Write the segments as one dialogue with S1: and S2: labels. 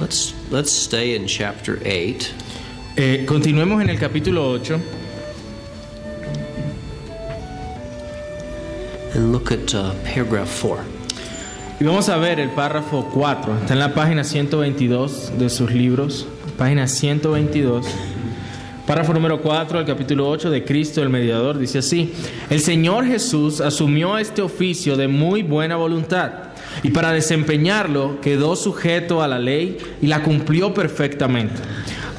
S1: Let's let's stay in chapter 8.
S2: Eh, continuemos en el capítulo 8
S1: and look at uh, paragraph 4.
S2: y vamos a ver el párrafo 4. Está en la página 122 de sus libros, página 122. Párrafo número 4 del capítulo 8 de Cristo el Mediador dice así, el Señor Jesús asumió este oficio de muy buena voluntad y para desempeñarlo quedó sujeto a la ley y la cumplió perfectamente.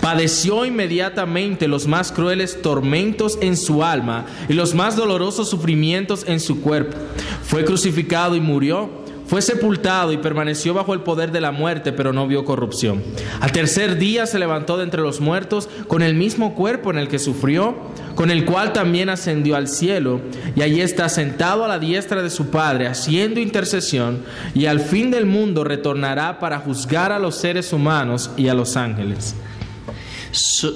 S2: Padeció inmediatamente los más crueles tormentos en su alma y los más dolorosos sufrimientos en su cuerpo. Fue crucificado y murió. Fue sepultado y permaneció bajo el poder de la muerte, pero no vio corrupción. Al tercer día se levantó de entre los muertos con el mismo cuerpo en el que sufrió, con el cual también ascendió al cielo, y allí está sentado a la diestra de su Padre, haciendo intercesión, y al fin del mundo retornará para juzgar a los seres humanos y a los ángeles.
S1: So,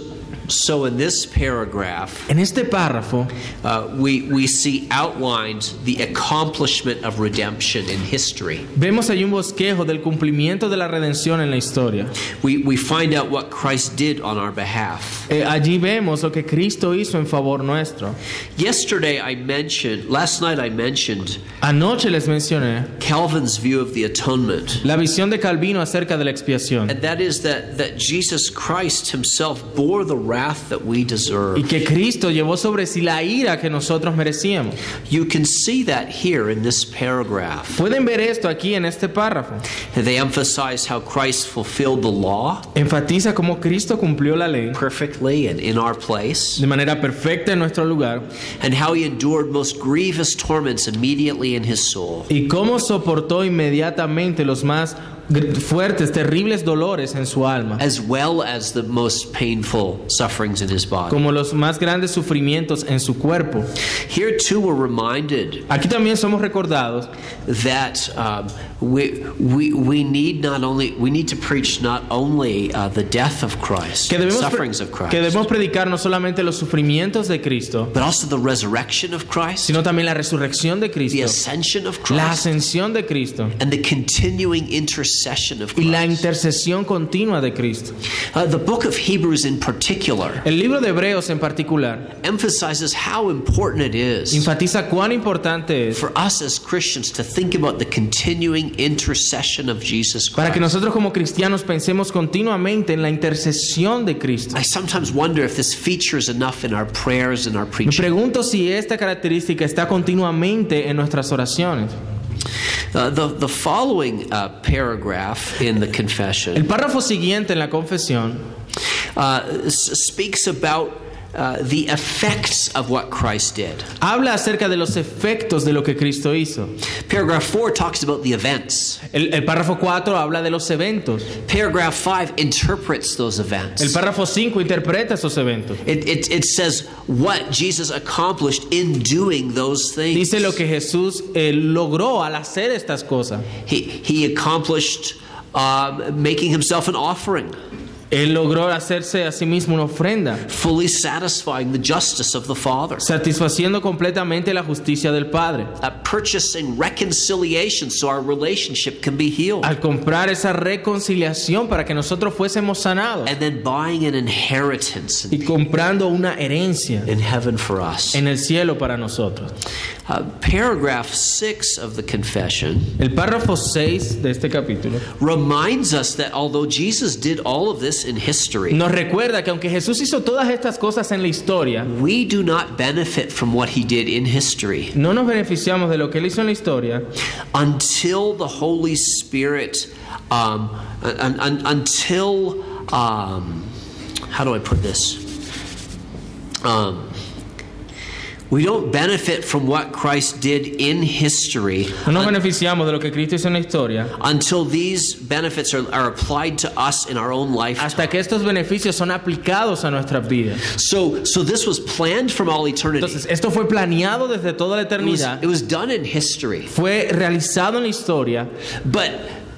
S1: so in this paragraph,
S2: En este párrafo
S1: uh, we, we see outlined the accomplishment of redemption in history.
S2: vemos ahí un bosquejo del cumplimiento de la redención en la historia.
S1: We, we find out what Christ did on our behalf.
S2: Eh, allí vemos lo que Cristo hizo en favor nuestro.
S1: Yesterday, I mentioned, last night, I mentioned
S2: Anoche les mencioné
S1: Calvin's view of the atonement.
S2: la visión de Calvino acerca de la expiación
S1: And that is that, that Jesus Christ himself bore the wrath that we
S2: y
S1: deserve.
S2: que Cristo llevó sobre sí la ira que nosotros merecíamos.
S1: You can see that here in this paragraph.
S2: Pueden ver esto aquí en este párrafo.
S1: They emphasize how Christ fulfilled the law
S2: Enfatiza cómo Cristo cumplió la ley
S1: perfectly and in our place,
S2: de manera perfecta en nuestro lugar
S1: and how he endured most grievous torments immediately in his soul.
S2: y cómo soportó inmediatamente los más gr- fuertes, terribles dolores en su alma,
S1: as well as the most painful sufferings in his body.
S2: como los más grandes sufrimientos en su cuerpo.
S1: Here, too, we're reminded
S2: Aquí también somos recordados
S1: that um, we, we, we need not only we need to preach not only uh, the death of Christ,
S2: que debemos, pre-
S1: sufferings of Christ,
S2: que debemos predicar no solamente los sufrimientos de Cristo,
S1: but also the resurrection of Christ,
S2: sino también la resurrección de
S1: the
S2: Cristo.
S1: ascension of
S2: la
S1: Christ,
S2: ascensión de Cristo
S1: and the continuing intercession of
S2: y la
S1: Christ.
S2: intercesión continua de Cristo.
S1: Uh, the book of Hebrews, in particular,
S2: El libro de Hebreos en particular
S1: emphasizes how important it is
S2: enfatiza cuán importante es
S1: for us as Christians to think about the continuing intercession of Jesus
S2: para que
S1: Christ.
S2: nosotros como cristianos pensemos continuamente en la intercesión de Cristo.
S1: I sometimes wonder if this features enough in our prayers and our
S2: Me
S1: preaching.
S2: pregunto si esta característica está continuamente en nuestras oraciones.
S1: Uh, the, the following uh, paragraph in the confession
S2: El párrafo siguiente en la confesión
S1: uh, s- speaks about uh, the effects of what Christ did.
S2: habla acerca de los efectos de lo que Cristo hizo.
S1: Paragraph 4 talks about the events.
S2: El, el párrafo 4 habla de los eventos.
S1: Paragraph 5 interprets those
S2: El
S1: events.
S2: párrafo 5 interpreta esos eventos.
S1: It, it, it says what Jesus accomplished in doing those things.
S2: Dice lo que Jesús eh, logró al hacer estas cosas.
S1: He, he accomplished um, making himself an offering,
S2: Él logró hacerse a sí mismo una ofrenda,
S1: fully satisfying the justice of the Father.
S2: satisfaciendo completamente la justicia del Padre.
S1: uh, purchasing reconciliation so our relationship can be healed.
S2: Al comprar esa reconciliación para que nosotros fuésemos sanados
S1: and then buying an inheritance in,
S2: y comprando una herencia
S1: in heaven for us.
S2: en el cielo para nosotros.
S1: Uh, paragraph 6 of the confession
S2: El párrafo 6 de este capítulo
S1: reminds us that although Jesus did all of this in history,
S2: nos recuerda que aunque Jesús hizo todas estas cosas en la historia,
S1: we do not benefit from what he did in history
S2: no nos beneficiamos de lo que él hizo en la historia
S1: until the Holy Spirit, um, un- un- until, um, how do I put this? Um, we don't benefit from what Christ did in history
S2: No nos beneficiamos de lo que Cristo hizo en la historia
S1: until these benefits are, are applied to us in our own life.
S2: hasta que estos beneficios son aplicados a nuestras vidas.
S1: So, so this was planned from all eternity.
S2: Entonces, esto fue planeado desde toda la
S1: It was,
S2: eternidad,
S1: it was done in history,
S2: fue realizado en la historia,
S1: but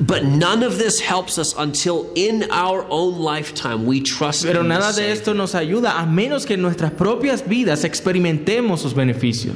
S1: But none of this helps us until in our own lifetime we trust
S2: Pero
S1: in the
S2: nada de
S1: Savior.
S2: esto nos ayuda a menos que en nuestras propias vidas experimentemos sus beneficios.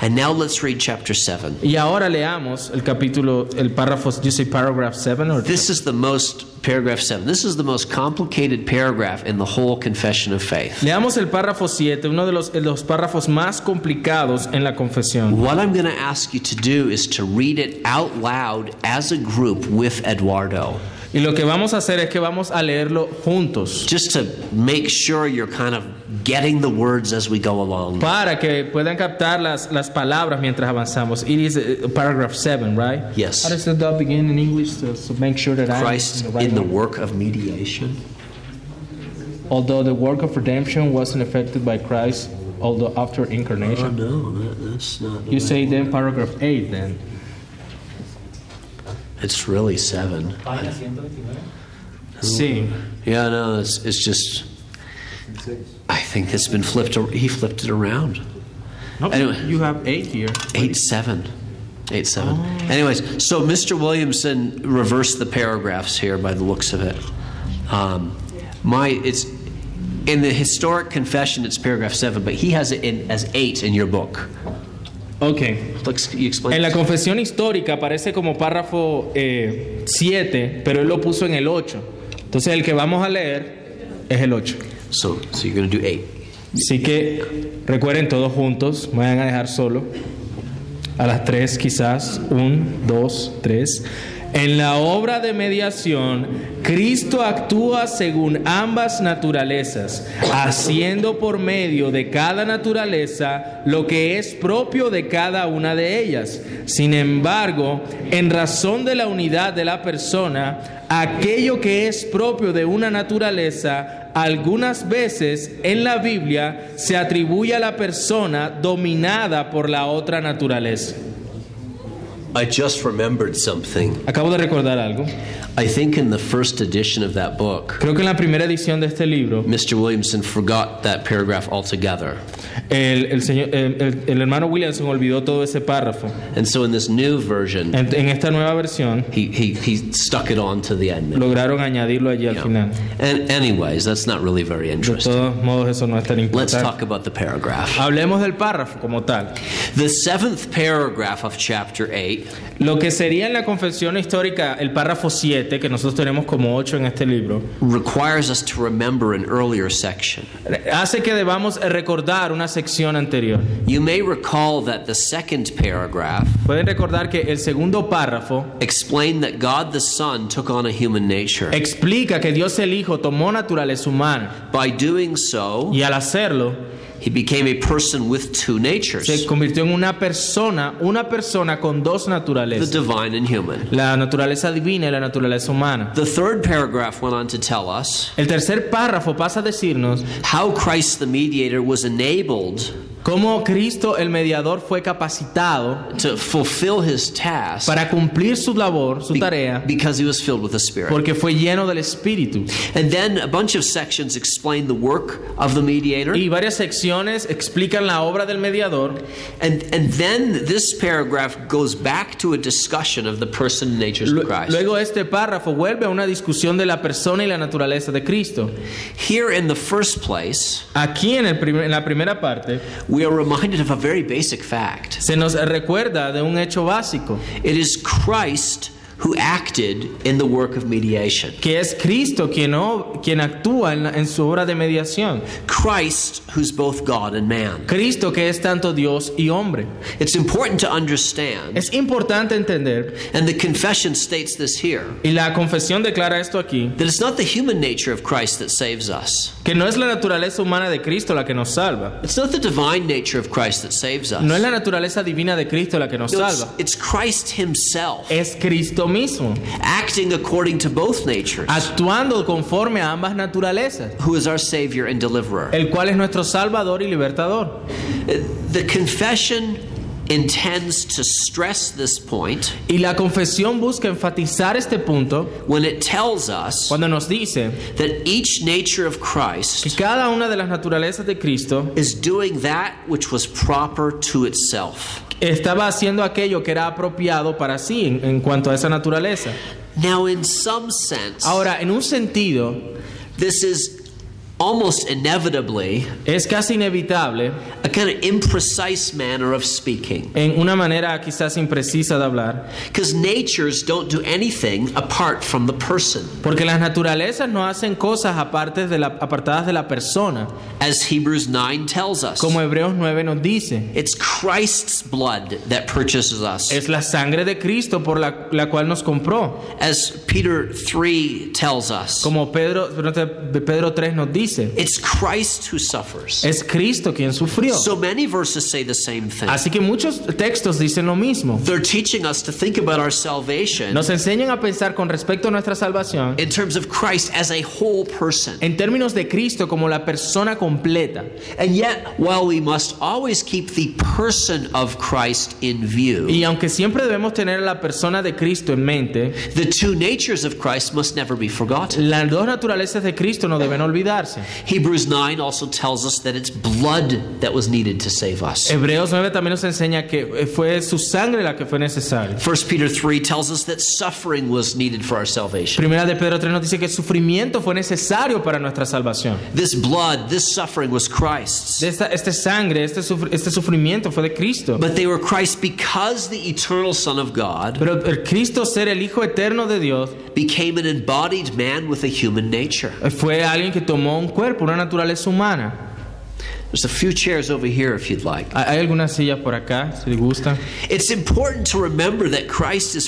S1: And now let's read chapter 7.
S2: Y ahora leamos el capítulo, el párrafo, yo say paragraph 7 or
S1: This is the most, paragraph 7, this is the most complicated paragraph in the whole confession of faith.
S2: Leamos el párrafo 7, uno de los, de los párrafos más complicados en la confesión.
S1: What I'm going to ask you to do is to read it out loud as a group with Eduardo,
S2: Y lo que vamos a hacer es que vamos a leerlo juntos
S1: just to make sure you're kind of getting the words as we go along.
S2: para que puedan captar las, las palabras mientras avanzamos. It is eh, paragraph 7, right?
S1: Yes.
S2: How does the dot begin in English to, to make sure that I'm
S1: Christ
S2: in the right
S1: in the
S2: one?
S1: work of mediation.
S2: Although the work of redemption wasn't affected by Christ, although after incarnation.
S1: Oh, no, that, that's not.
S2: You say then paragraph 8 then.
S1: It's really seven.
S2: Sí.
S1: Yeah, no, it's, it's just. I think it's been flipped. ar- He flipped it around.
S2: Nope,
S1: Anyway.
S2: You have 8 here.
S1: Eight seven. Eight seven. Anyways, so Mr. Williamson reversed the paragraphs here by the looks of it. Um, my it's in the historic confession. It's paragraph seven, but he has it in, as eight in your book.
S2: Okay.
S1: Looks, you explain.
S2: En la confesión histórica aparece como párrafo 7, pero él lo puso en el 8. Entonces el que vamos a leer es el 8.
S1: so, so you're gonna do eight.
S2: Así que recuerden todos juntos, me vayan a dejar solo. A las 3 quizás, 1, 2, 3. En la obra de mediación, Cristo actúa según ambas naturalezas, haciendo por medio de cada naturaleza lo que es propio de cada una de ellas. Sin embargo, en razón de la unidad de la persona, aquello que es propio de una naturaleza algunas veces en la Biblia se atribuye a la persona dominada por la otra naturaleza.
S1: I just remembered something.
S2: Acabo de recordar algo.
S1: I think in the first edition of that book,
S2: Creo que en la primera edición de este libro,
S1: Mr. Williamson forgot that paragraph altogether.
S2: el, el señor- el- el- el hermano Williamson olvidó todo ese párrafo.
S1: And so in this new version,
S2: En, en esta nueva versión,
S1: he, he, he stuck it on to the end.
S2: lograron añadirlo allí al final.
S1: And anyways, that's not really very
S2: De
S1: interesting.
S2: todos modos, eso no es tan
S1: Let's
S2: importante.
S1: talk about the paragraph.
S2: Hablemos del párrafo como tal.
S1: The seventh paragraph of chapter 8
S2: Lo que sería en la confesión histórica el párrafo 7, que nosotros tenemos como 8 en este libro,
S1: requires us to remember an earlier section.
S2: hace que debamos recordar una sección anterior.
S1: You may recall that the second paragraph
S2: Pueden recordar que el segundo párrafo
S1: explained that God the Son took on a human nature.
S2: explica que Dios el Hijo tomó naturaleza humana
S1: By doing so,
S2: y al hacerlo
S1: he became a person with two
S2: se
S1: natures,
S2: convirtió en una persona, una persona con dos
S1: the
S2: naturalezas,
S1: divine and human.
S2: la naturaleza divina y la naturaleza humana.
S1: The third paragraph went on to tell us
S2: El tercer párrafo pasa a decirnos
S1: how Christ the mediator was enabled
S2: cómo Cristo el mediador fue capacitado
S1: to fulfill his task
S2: para cumplir su labor, su
S1: be-
S2: tarea,
S1: because he was filled with the Spirit.
S2: porque fue lleno del Espíritu.
S1: And then a bunch of sections explain the work of the mediator.
S2: Y varias secciones explican la obra del mediador
S1: And, and then this paragraph goes back to a discussion of the person and natures
S2: Lu-
S1: of Christ.
S2: Luego este párrafo vuelve a una discusión de la persona y la naturaleza de Cristo.
S1: Here in the first place,
S2: Aquí en, el primer- en la primera parte
S1: we are reminded of a very basic fact
S2: se nos recuerda de un hecho básico,
S1: it is Christ who acted in the work of mediation.
S2: que es Cristo quien, o- quien actúa en, la- en su obra de mediación.
S1: Christ, who's both God and man.
S2: Cristo que es tanto Dios y hombre.
S1: It's important to understand,
S2: Es importante entender,
S1: and the confession states this here,
S2: y la confesión declara esto aquí,
S1: that it's not the human nature of Christ that saves us.
S2: que no es la naturaleza humana de Cristo la que nos salva.
S1: It's not the divine nature of Christ that saves us.
S2: No es la naturaleza divina de Cristo la que nos
S1: No, it's,
S2: salva.
S1: it's Christ himself
S2: Es Cristo mismo,
S1: acting according to both natures,
S2: actuando conforme a ambas naturalezas.
S1: who is our Savior and Deliverer.
S2: el cual es nuestro Salvador y Libertador.
S1: The confession intends to stress this point
S2: Y la confesión busca enfatizar este punto
S1: when it tells us
S2: cuando nos dice
S1: that each nature of
S2: que
S1: Christ
S2: cada una de las naturalezas de Cristo
S1: is doing that which was proper to itself.
S2: estaba haciendo aquello que era apropiado para sí en, en cuanto a esa naturaleza.
S1: Now, in some sense,
S2: Ahora, en un sentido,
S1: this is almost inevitably
S2: es casi inevitable,
S1: a kind of imprecise manner of speaking
S2: en una manera quizás imprecisa de hablar,
S1: because natures don't do anything apart from the person,
S2: porque las naturalezas no hacen cosas aparte de la, apartadas de la persona,
S1: as Hebrews 9 tells us.
S2: como Hebreos 9 nos dice.
S1: It's Christ's blood that purchases us.
S2: Es la sangre de Cristo por la, la cual nos compró,
S1: As Peter 3 tells us,
S2: como Pedro, Pedro 3 nos dice.
S1: it's Christ who suffers.
S2: Es Cristo quien sufrió.
S1: So many verses say the same thing.
S2: Así que muchos textos dicen lo mismo.
S1: They're teaching us to think about our salvation
S2: Nos enseñan a pensar con respecto a nuestra salvación
S1: in terms of Christ as a whole person.
S2: en términos de Cristo como la persona completa.
S1: And yet, while we must always keep the person of Christ in view,
S2: Y aunque siempre debemos tener a la persona de Cristo en mente,
S1: the two natures of Christ must never be forgotten.
S2: las dos naturalezas de Cristo no deben olvidarse.
S1: Hebrews 9 also tells us that it's blood that was needed to save us.
S2: Hebreos 9 también nos enseña que fue su sangre la que fue necesaria.
S1: 1 Peter 3 tells us that suffering was needed for our salvation.
S2: Primera de Pedro 3 nos dice que el sufrimiento fue necesario para nuestra salvación.
S1: This blood, this suffering was Christ's.
S2: De esta, este sangre, este, sufri- este sufrimiento fue de Cristo.
S1: But they were Christ because the eternal Son of God
S2: Pero el Cristo ser el Hijo eterno de Dios eh,
S1: became an embodied man with a human nature.
S2: fue alguien que tomó un cuerpo, una naturaleza humana.
S1: There's a few chairs over here if you'd like.
S2: Hay hay algunas sillas por acá, si les gusta.
S1: It's important to remember that Christ is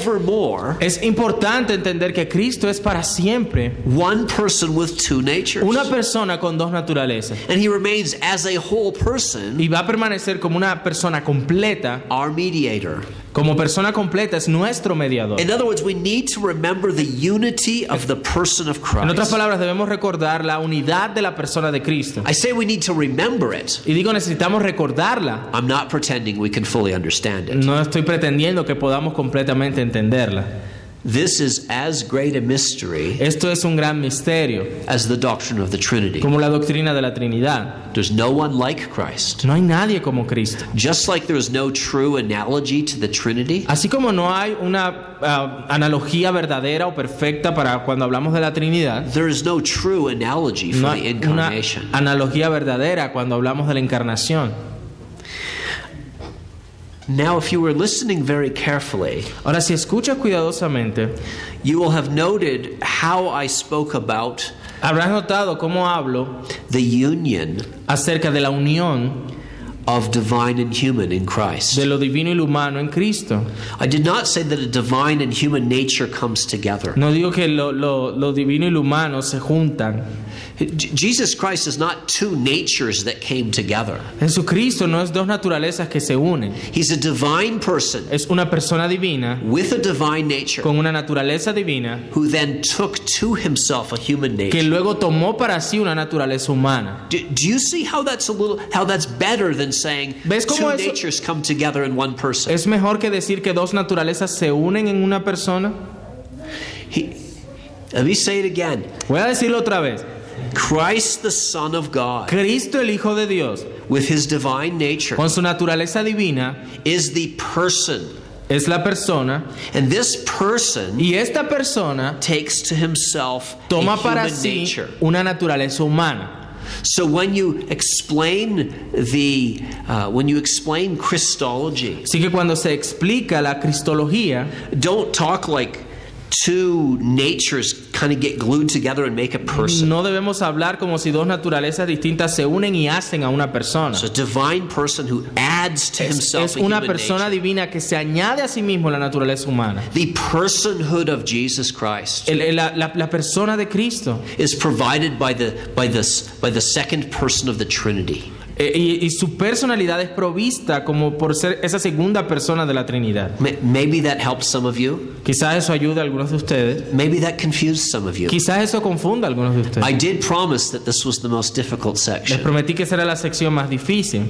S1: forevermore
S2: Es importante entender que Cristo es para siempre
S1: one person with two natures.
S2: una persona con dos naturalezas
S1: And he remains as a whole person
S2: y va a permanecer como una persona completa.
S1: our mediator.
S2: Como persona completa es nuestro mediador.
S1: In other words, we need to remember the unity of the person of
S2: En otras
S1: Christ.
S2: palabras, debemos recordar la unidad de la persona de Cristo.
S1: I say we need to remember it.
S2: Y digo, necesitamos recordarla.
S1: I'm not pretending we can fully understand it.
S2: No estoy pretendiendo que podamos completamente entenderla.
S1: This is as great a mystery
S2: Esto es un gran misterio,
S1: as the doctrine of the Trinity.
S2: como la doctrina de la Trinidad.
S1: There's no one like Christ.
S2: No hay nadie como Cristo.
S1: Just like there is no true analogy to the Trinity,
S2: Así como no hay una ah, analogía verdadera o perfecta para cuando hablamos de la Trinidad,
S1: there is no true analogy for
S2: no
S1: the
S2: hay una
S1: incarnation.
S2: analogía verdadera cuando hablamos de la encarnación.
S1: Now, if you were listening very carefully,
S2: Ahora, si escuchas cuidadosamente,
S1: you will have noted how I spoke about
S2: habrás notado cómo hablo
S1: the union
S2: acerca de la unión
S1: of divine and human in Christ.
S2: de lo divino y lo humano en Cristo.
S1: I did not say that a divine and human nature comes together.
S2: No digo que lo, lo- lo divino y lo humano se juntan.
S1: J- Jesus Christ is not two natures that came together.
S2: Jesucristo no es dos naturalezas que se unen.
S1: He's a divine person
S2: Es una persona divina
S1: with a divine nature
S2: con una naturaleza divina
S1: who then took to himself a human
S2: que
S1: nature.
S2: luego tomó para sí una naturaleza humana.
S1: Do, do you see how that's a little how that's better than saying
S2: ¿Ves cómo
S1: two
S2: eso-
S1: natures come together in one person?
S2: ¿Es mejor que decir que dos naturalezas se unen en una persona?
S1: He, let me say it again.
S2: Voy a decirlo otra vez.
S1: Christ the Son of God
S2: Cristo el Hijo de Dios,
S1: with his divine nature
S2: con su naturaleza divina,
S1: is the person
S2: es la persona
S1: and this person
S2: y esta persona
S1: takes to himself a
S2: toma
S1: human
S2: para sí
S1: nature.
S2: una naturaleza humana.
S1: So when you explain the uh, when you explain Christology,
S2: Así que cuando se explica la cristología,
S1: don't talk like two natures kind of get glued together and make a person.
S2: no debemos hablar como si dos naturalezas distintas se unen y hacen a una persona.
S1: It's a divine person who adds to himself
S2: Mm. Es
S1: a human
S2: una persona
S1: nature.
S2: divina que se añade a sí mismo la naturaleza humana.
S1: The personhood of Jesus Christ
S2: El- el- la- la- la persona de Cristo.
S1: is provided by the by this by the second person of the Trinity.
S2: Eh, Y, y su personalidad es provista como por ser esa segunda persona de la Trinidad.
S1: Ma- Maybe that helps some of you.
S2: Quizás eso ayude a algunos de ustedes.
S1: Maybe that confused some of you.
S2: Quizás eso confunda a algunos de
S1: I
S2: ustedes.
S1: did promise that this was the most difficult
S2: Les
S1: section.
S2: prometí que esa era la sección más difícil.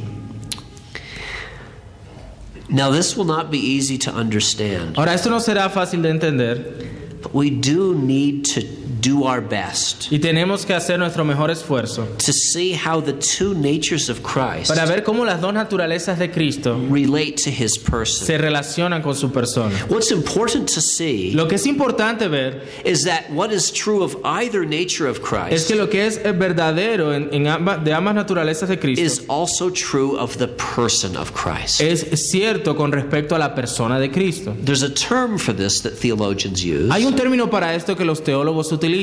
S1: Now, this will not be easy to understand,
S2: Ahora, esto no será fácil de entender,
S1: but we do need to do our best
S2: Y tenemos que hacer nuestro mejor esfuerzo
S1: to see how the two natures of Christ
S2: para ver cómo las dos naturalezas de Cristo
S1: relate to his person.
S2: se relacionan con su persona.
S1: What's important to see
S2: Lo que es importante ver
S1: is that what is true of either nature of
S2: es
S1: Christ
S2: que lo que es verdadero en, en ambas, de ambas naturalezas de Cristo
S1: is also true of the person of Christ.
S2: es cierto con respecto a la persona de Cristo.
S1: There's a term for this that theologians use.
S2: Hay un término para esto que los teólogos utilizan.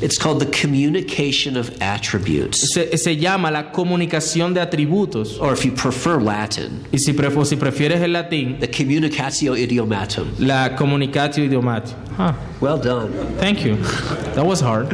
S1: It's called the communication of attributes,
S2: Se, se llama la comunicación de atributos.
S1: or if you prefer Latin,
S2: Y si, pref- o si prefieres el latín,
S1: the communicatio idiomatum.
S2: la comunicatio idiomatio. Ah,
S1: Well done.
S2: thank you. That was hard.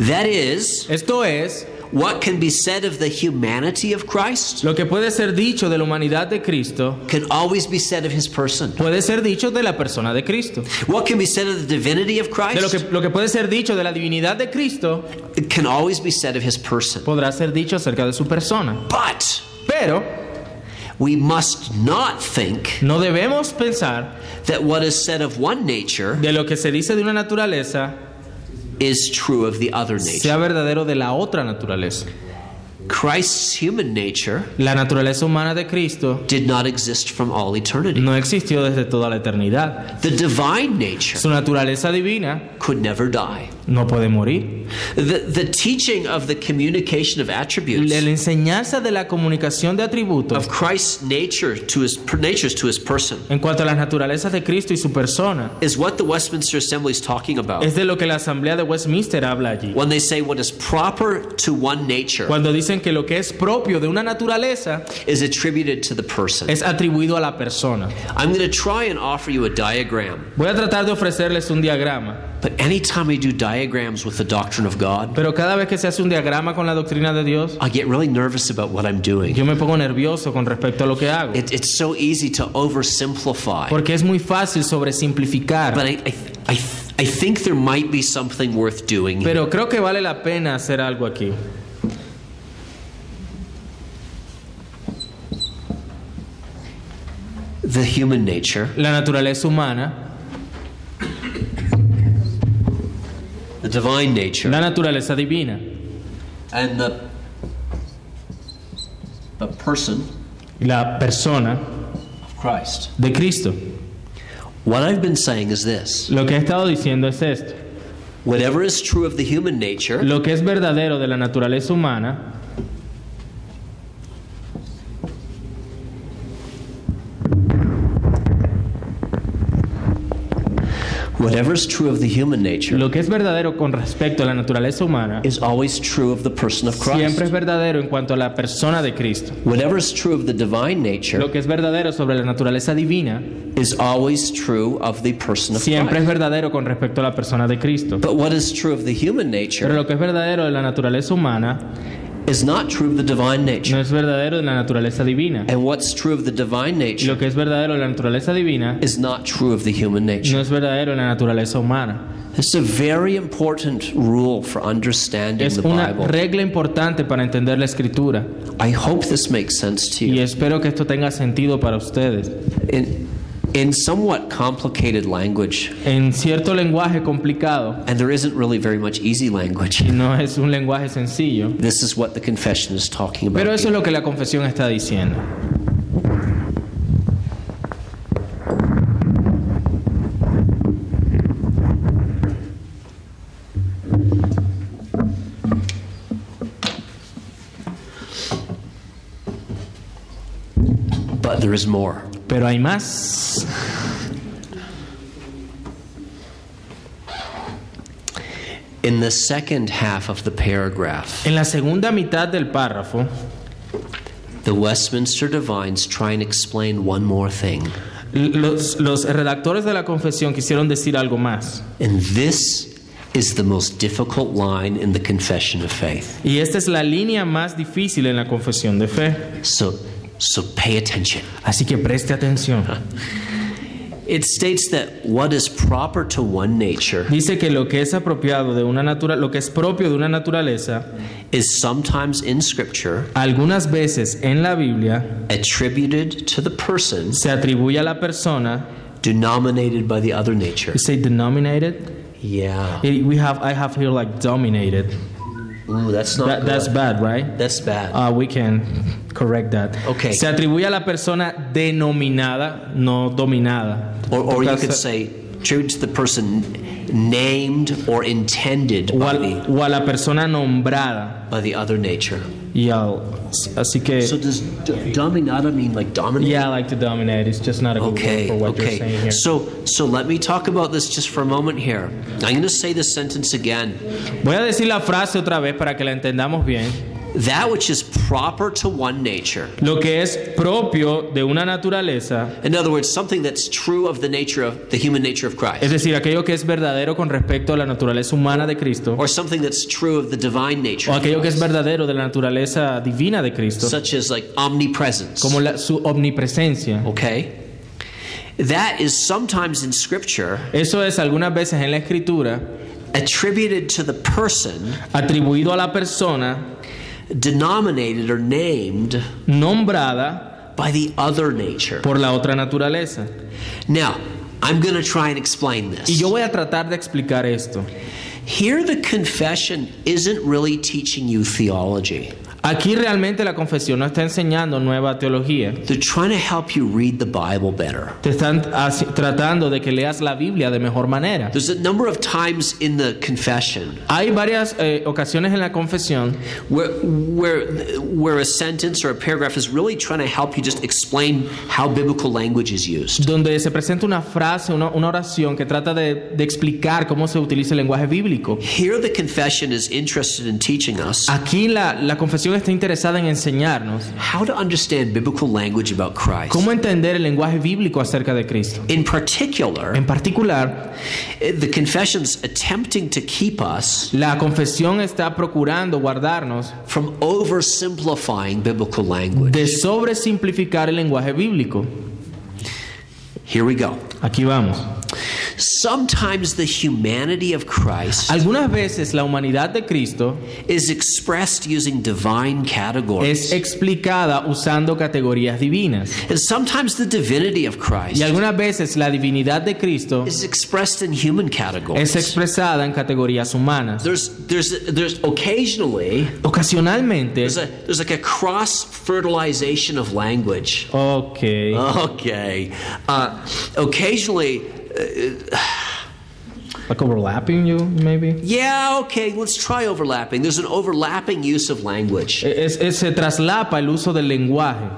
S1: That is
S2: Esto es
S1: what can be said of the humanity of Christ
S2: lo que puede ser dicho de la humanidad de Cristo
S1: can always be said of his person.
S2: puede ser dicho de la persona de Cristo.
S1: What can be said of the divinity of
S2: De lo que,
S1: Christ
S2: lo que puede ser dicho de la divinidad de Cristo
S1: it can always be said of his person.
S2: podrá ser dicho acerca de su persona.
S1: But
S2: Pero
S1: we must not think
S2: no debemos pensar
S1: that what is said of one nature
S2: de lo que se dice de una naturaleza
S1: is true of the other nature.
S2: sea verdadero de la otra naturaleza.
S1: Christ's human nature
S2: La naturaleza humana de Cristo
S1: did not exist from all eternity.
S2: no existió desde toda la eternidad.
S1: The divine nature
S2: Su naturaleza divina
S1: could never die.
S2: no puede morir.
S1: The, the teaching of the communication of attributes
S2: La la enseñanza de la comunicación de
S1: of
S2: atributos
S1: Christ's nature to his per- natures to his person
S2: en cuanto a las naturalezas de Cristo y su persona
S1: is what the Westminster Assembly is talking about
S2: es de lo que la Asamblea de Westminster habla allí.
S1: when they say what is proper to one nature
S2: Cuando dicen que lo que es propio de una naturaleza
S1: is attributed to the person.
S2: es atribuido a la persona.
S1: I'm going to try and offer you a diagram,
S2: Voy a tratar de ofrecerles un diagrama,
S1: but anytime I do diagrams with the doctrine of God,
S2: pero cada vez que se hace un diagrama con la doctrina de Dios,
S1: I get really nervous about what I'm doing.
S2: yo me pongo nervioso con respecto a lo que hago,
S1: It, it's so easy to oversimplify,
S2: porque es muy fácil
S1: but
S2: sobresimplificar,
S1: I, I, I, I think there might be something worth doing.
S2: pero creo que vale la pena hacer algo aquí.
S1: The human nature
S2: La naturaleza humana,
S1: the divine nature
S2: la naturaleza divina
S1: and the the person
S2: y la persona
S1: of Christ.
S2: de Cristo.
S1: What I've been saying is this:
S2: Lo que he estado diciendo es esto.
S1: whatever is true of the human nature
S2: Lo que es verdadero de la naturaleza humana
S1: whatever is true of the human nature
S2: Lo que es verdadero con respecto a la naturaleza humana
S1: is always true of the person of
S2: siempre es
S1: Christ.
S2: verdadero en cuanto a la persona de Cristo.
S1: Whatever is true of the divine nature
S2: Lo que es verdadero sobre la naturaleza divina
S1: is always true of the person of
S2: siempre es
S1: Christ.
S2: verdadero con respecto a la persona de Cristo.
S1: But what is true of the human
S2: Pero
S1: nature
S2: lo que es verdadero de la naturaleza humana
S1: is not true of the divine
S2: no
S1: nature.
S2: es verdadero de la naturaleza divina.
S1: And what's true of the divine
S2: Y
S1: nature
S2: lo que es verdadero de la naturaleza divina
S1: is not true of the human nature.
S2: no es verdadero de la naturaleza humana.
S1: It's a very important rule for understanding
S2: Es
S1: the
S2: una
S1: Bible.
S2: regla importante para entender la escritura.
S1: I hope this makes sense to
S2: Y
S1: you.
S2: espero que esto tenga sentido para ustedes.
S1: In, in somewhat complicated language,
S2: En cierto lenguaje complicado,
S1: and there isn't really very much easy language,
S2: y no es un lenguaje sencillo,
S1: this is what the confession is talking about.
S2: Pero eso es lo que la confesión está diciendo.
S1: but there is more.
S2: Pero hay más.
S1: In the second half of the paragraph,
S2: En la segunda mitad del párrafo,
S1: the Westminster Divines try and explain one more thing.
S2: los, los redactores de la confesión quisieron decir algo más.
S1: And this is the most difficult line in the confession of faith.
S2: Y esta es la línea más difícil en la confesión de fe.
S1: So, so pay attention.
S2: Así que preste atención.
S1: It states that what is proper to one nature
S2: Dice que lo que es apropiado de una natura, lo que es propio de una naturaleza,
S1: is sometimes in Scripture
S2: algunas veces en la Biblia
S1: attributed to the person
S2: se atribuye a la persona
S1: denominated by the other nature.
S2: you say denominated
S1: Yeah.
S2: It, we have I have here like dominated.
S1: Ooh, that's not
S2: That,
S1: good.
S2: that's bad, right?
S1: That's bad.
S2: Uh, we can correct that.
S1: Okay.
S2: Se atribuye a la persona denominada, no dominada.
S1: or or you
S2: Toca
S1: could
S2: ser-
S1: say attribute to the person named or intended
S2: o,
S1: by
S2: al-
S1: the,
S2: o a la persona nombrada.
S1: by the other nature.
S2: Y al- así que.
S1: So does d- dominata mean like dominate?
S2: yeah, I like to dominate. It's just not a good word
S1: Okay,
S2: for what you're saying
S1: okay.
S2: here.
S1: So, so let me talk about this just for a moment here. I'm going to say this sentence again.
S2: Voy a decir la frase otra vez para que la entendamos bien.
S1: That which is proper to one nature.
S2: Lo que es propio de una naturaleza,
S1: In other words, something that's true of the nature of the human nature of
S2: es
S1: Christ,
S2: decir, aquello que es verdadero con respecto a la naturaleza humana de Cristo,
S1: or something that's true of the divine nature,
S2: o
S1: of
S2: aquello que es
S1: Christ,
S2: verdadero de la naturaleza divina de Cristo,
S1: such as like omnipresence.
S2: como la- su omnipresencia.
S1: Okay, that is sometimes in Scripture
S2: Eso es algunas veces en la escritura
S1: attributed to the person,
S2: atribuido a la persona
S1: denominated or named
S2: nombrada
S1: by the other nature.
S2: por la otra naturaleza.
S1: Now, I'm going to try and explain
S2: Y
S1: this.
S2: yo voy a tratar de explicar esto.
S1: Here, the confession isn't really teaching you theology.
S2: Aquí realmente la confesión no está enseñando nueva teología.
S1: They're trying to help you read the Bible better.
S2: Te están haci- tratando de que leas la Biblia de mejor manera.
S1: There's a number of times in the confession
S2: Hay varias eh, ocasiones en la confesión
S1: where, where, where a sentence or a paragraph is really trying to help you just explain how biblical language is used.
S2: donde se presenta una frase, una, una oración que trata de, de explicar cómo se utiliza el lenguaje bíblico.
S1: Here, the confession is interested in teaching us
S2: Aquí la, la confesión está interesada en enseñarnos
S1: how to understand biblical language about Christ.
S2: cómo entender el lenguaje bíblico acerca de Cristo.
S1: In particular,
S2: En particular,
S1: the confession's attempting to keep us
S2: la confesión está procurando guardarnos
S1: from oversimplifying biblical language.
S2: de sobresimplificar el lenguaje bíblico.
S1: Here we go.
S2: Aquí vamos.
S1: Sometimes the humanity of Christ
S2: Algunas veces la humanidad de Cristo
S1: is expressed using divine
S2: Ah. es
S1: categories.
S2: explicada usando categorías divinas.
S1: And sometimes the divinity of
S2: Y
S1: Christ
S2: algunas veces la divinidad de Cristo
S1: is expressed in human
S2: es
S1: categories.
S2: expresada en categorías humanas.
S1: There's, there's, there's occasionally,
S2: Ocasionalmente,
S1: there's, a, there's like a cross fertilization of language.
S2: ok,
S1: Okay. Uh, occasionally,
S2: like overlapping you, maybe.
S1: yeah, okay, let's try overlapping. There's an overlapping use of language.
S2: Es- es- se traslapa el uso del lenguaje,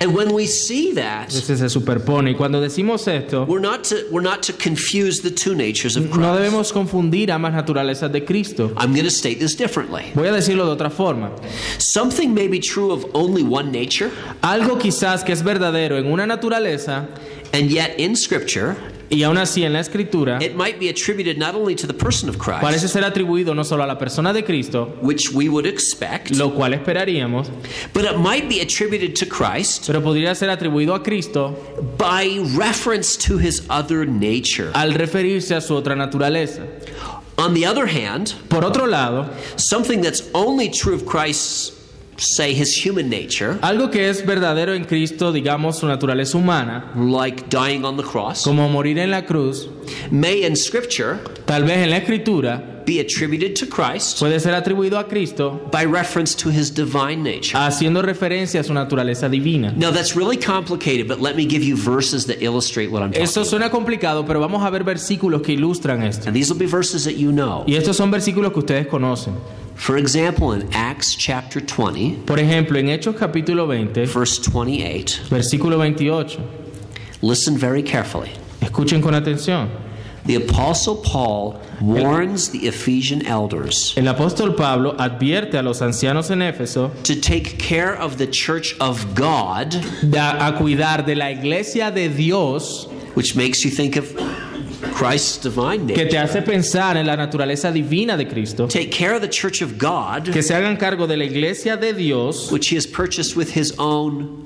S1: And when we see that,
S2: Ese se superpone. Y cuando decimos esto,
S1: we're not to, we're not to confuse the two natures of
S2: no
S1: Christ.
S2: debemos confundir ambas naturalezas de Cristo.
S1: I'm going to state this differently.
S2: Voy a decirlo de otra forma.
S1: Something may be true of only one nature,
S2: Algo quizás que es verdadero en una naturaleza
S1: and yet in Scripture,
S2: y aún así en la escritura
S1: it might be attributed not only to the person of
S2: parece
S1: Christ,
S2: ser atribuido no solo a la persona de Cristo,
S1: which we would expect,
S2: lo cual esperaríamos,
S1: but it might be attributed to Christ
S2: pero podría ser atribuido a Cristo
S1: by reference to his other nature.
S2: al referirse a su otra naturaleza.
S1: On the other hand,
S2: Por otro lado,
S1: something that's only true of Christ's, say, his human nature,
S2: algo que es verdadero en Cristo, digamos su naturaleza humana,
S1: like dying on the cross,
S2: como morir en la cruz,
S1: may in Scripture
S2: tal vez en la escritura,
S1: be attributed to Christ
S2: puede ser atribuido a Cristo
S1: by reference to his divine nature.
S2: haciendo referencia a su naturaleza divina.
S1: Now that's really complicated, but let me give you verses that illustrate what I'm talking
S2: Esto
S1: about.
S2: suena complicado, pero vamos a ver versículos que ilustran esto.
S1: And these will be verses that you know.
S2: Y estos son versículos que ustedes conocen.
S1: For example, in Acts chapter 20,
S2: Por ejemplo, en Hechos capítulo 20,
S1: verse 28,
S2: versículo 28.
S1: listen very carefully.
S2: Escuchen con atención.
S1: The apostle Paul warns the Ephesian elders
S2: El apóstol Pablo advierte a los ancianos en Éfeso
S1: to take care of the church of God,
S2: de- a cuidar de la iglesia de Dios
S1: which makes you think of Christ's divine
S2: que
S1: name.
S2: te hace pensar en la naturaleza divina de Cristo.
S1: Take care of the church of God,
S2: Que se hagan cargo de la iglesia de Dios
S1: which he has purchased with his own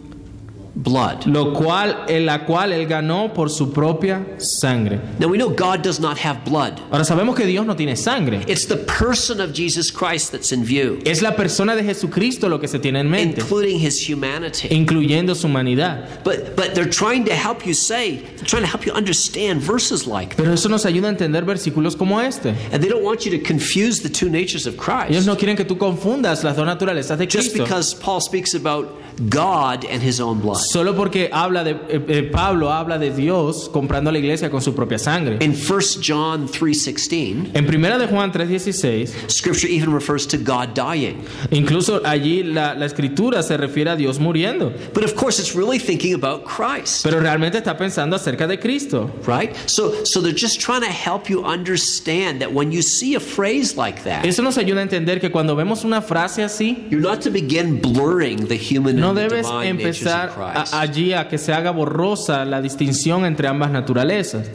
S1: blood.
S2: lo cual, en la cual él ganó por su propia sangre.
S1: Now we know God does not have blood.
S2: Ahora sabemos que Dios no tiene sangre.
S1: It's the person of Jesus Christ that's in view,
S2: Es la persona de Jesucristo lo que se tiene en mente,
S1: including his humanity.
S2: incluyendo su humanidad.
S1: But but they're trying to help you say, they're trying to help you understand verses like that.
S2: Pero eso nos ayuda a entender versículos como este.
S1: And they don't want you to confuse the two natures of
S2: Ellos
S1: Christ.
S2: no quieren que tú confundas las dos naturalezas de
S1: Just
S2: Cristo.
S1: because Paul speaks about God and his own blood.
S2: Solo porque habla de eh, eh, Pablo habla de Dios comprando a la iglesia con su propia sangre.
S1: In 1 John 3:16,
S2: En primera de Juan 3:16,
S1: scripture even refers to God dying.
S2: incluso allí la, la escritura se refiere a Dios muriendo,
S1: But of course it's really thinking about Christ.
S2: pero realmente está pensando acerca de Cristo.
S1: right so so they're just trying to help you understand that when you see a phrase like that
S2: Eso nos ayuda a entender que cuando vemos una frase así,
S1: you're not to begin blurring the human
S2: no
S1: and the
S2: debes
S1: divine natures
S2: empezar
S1: of
S2: a-
S1: Christ.
S2: allí a que se haga borrosa la distinción entre ambas naturalezas.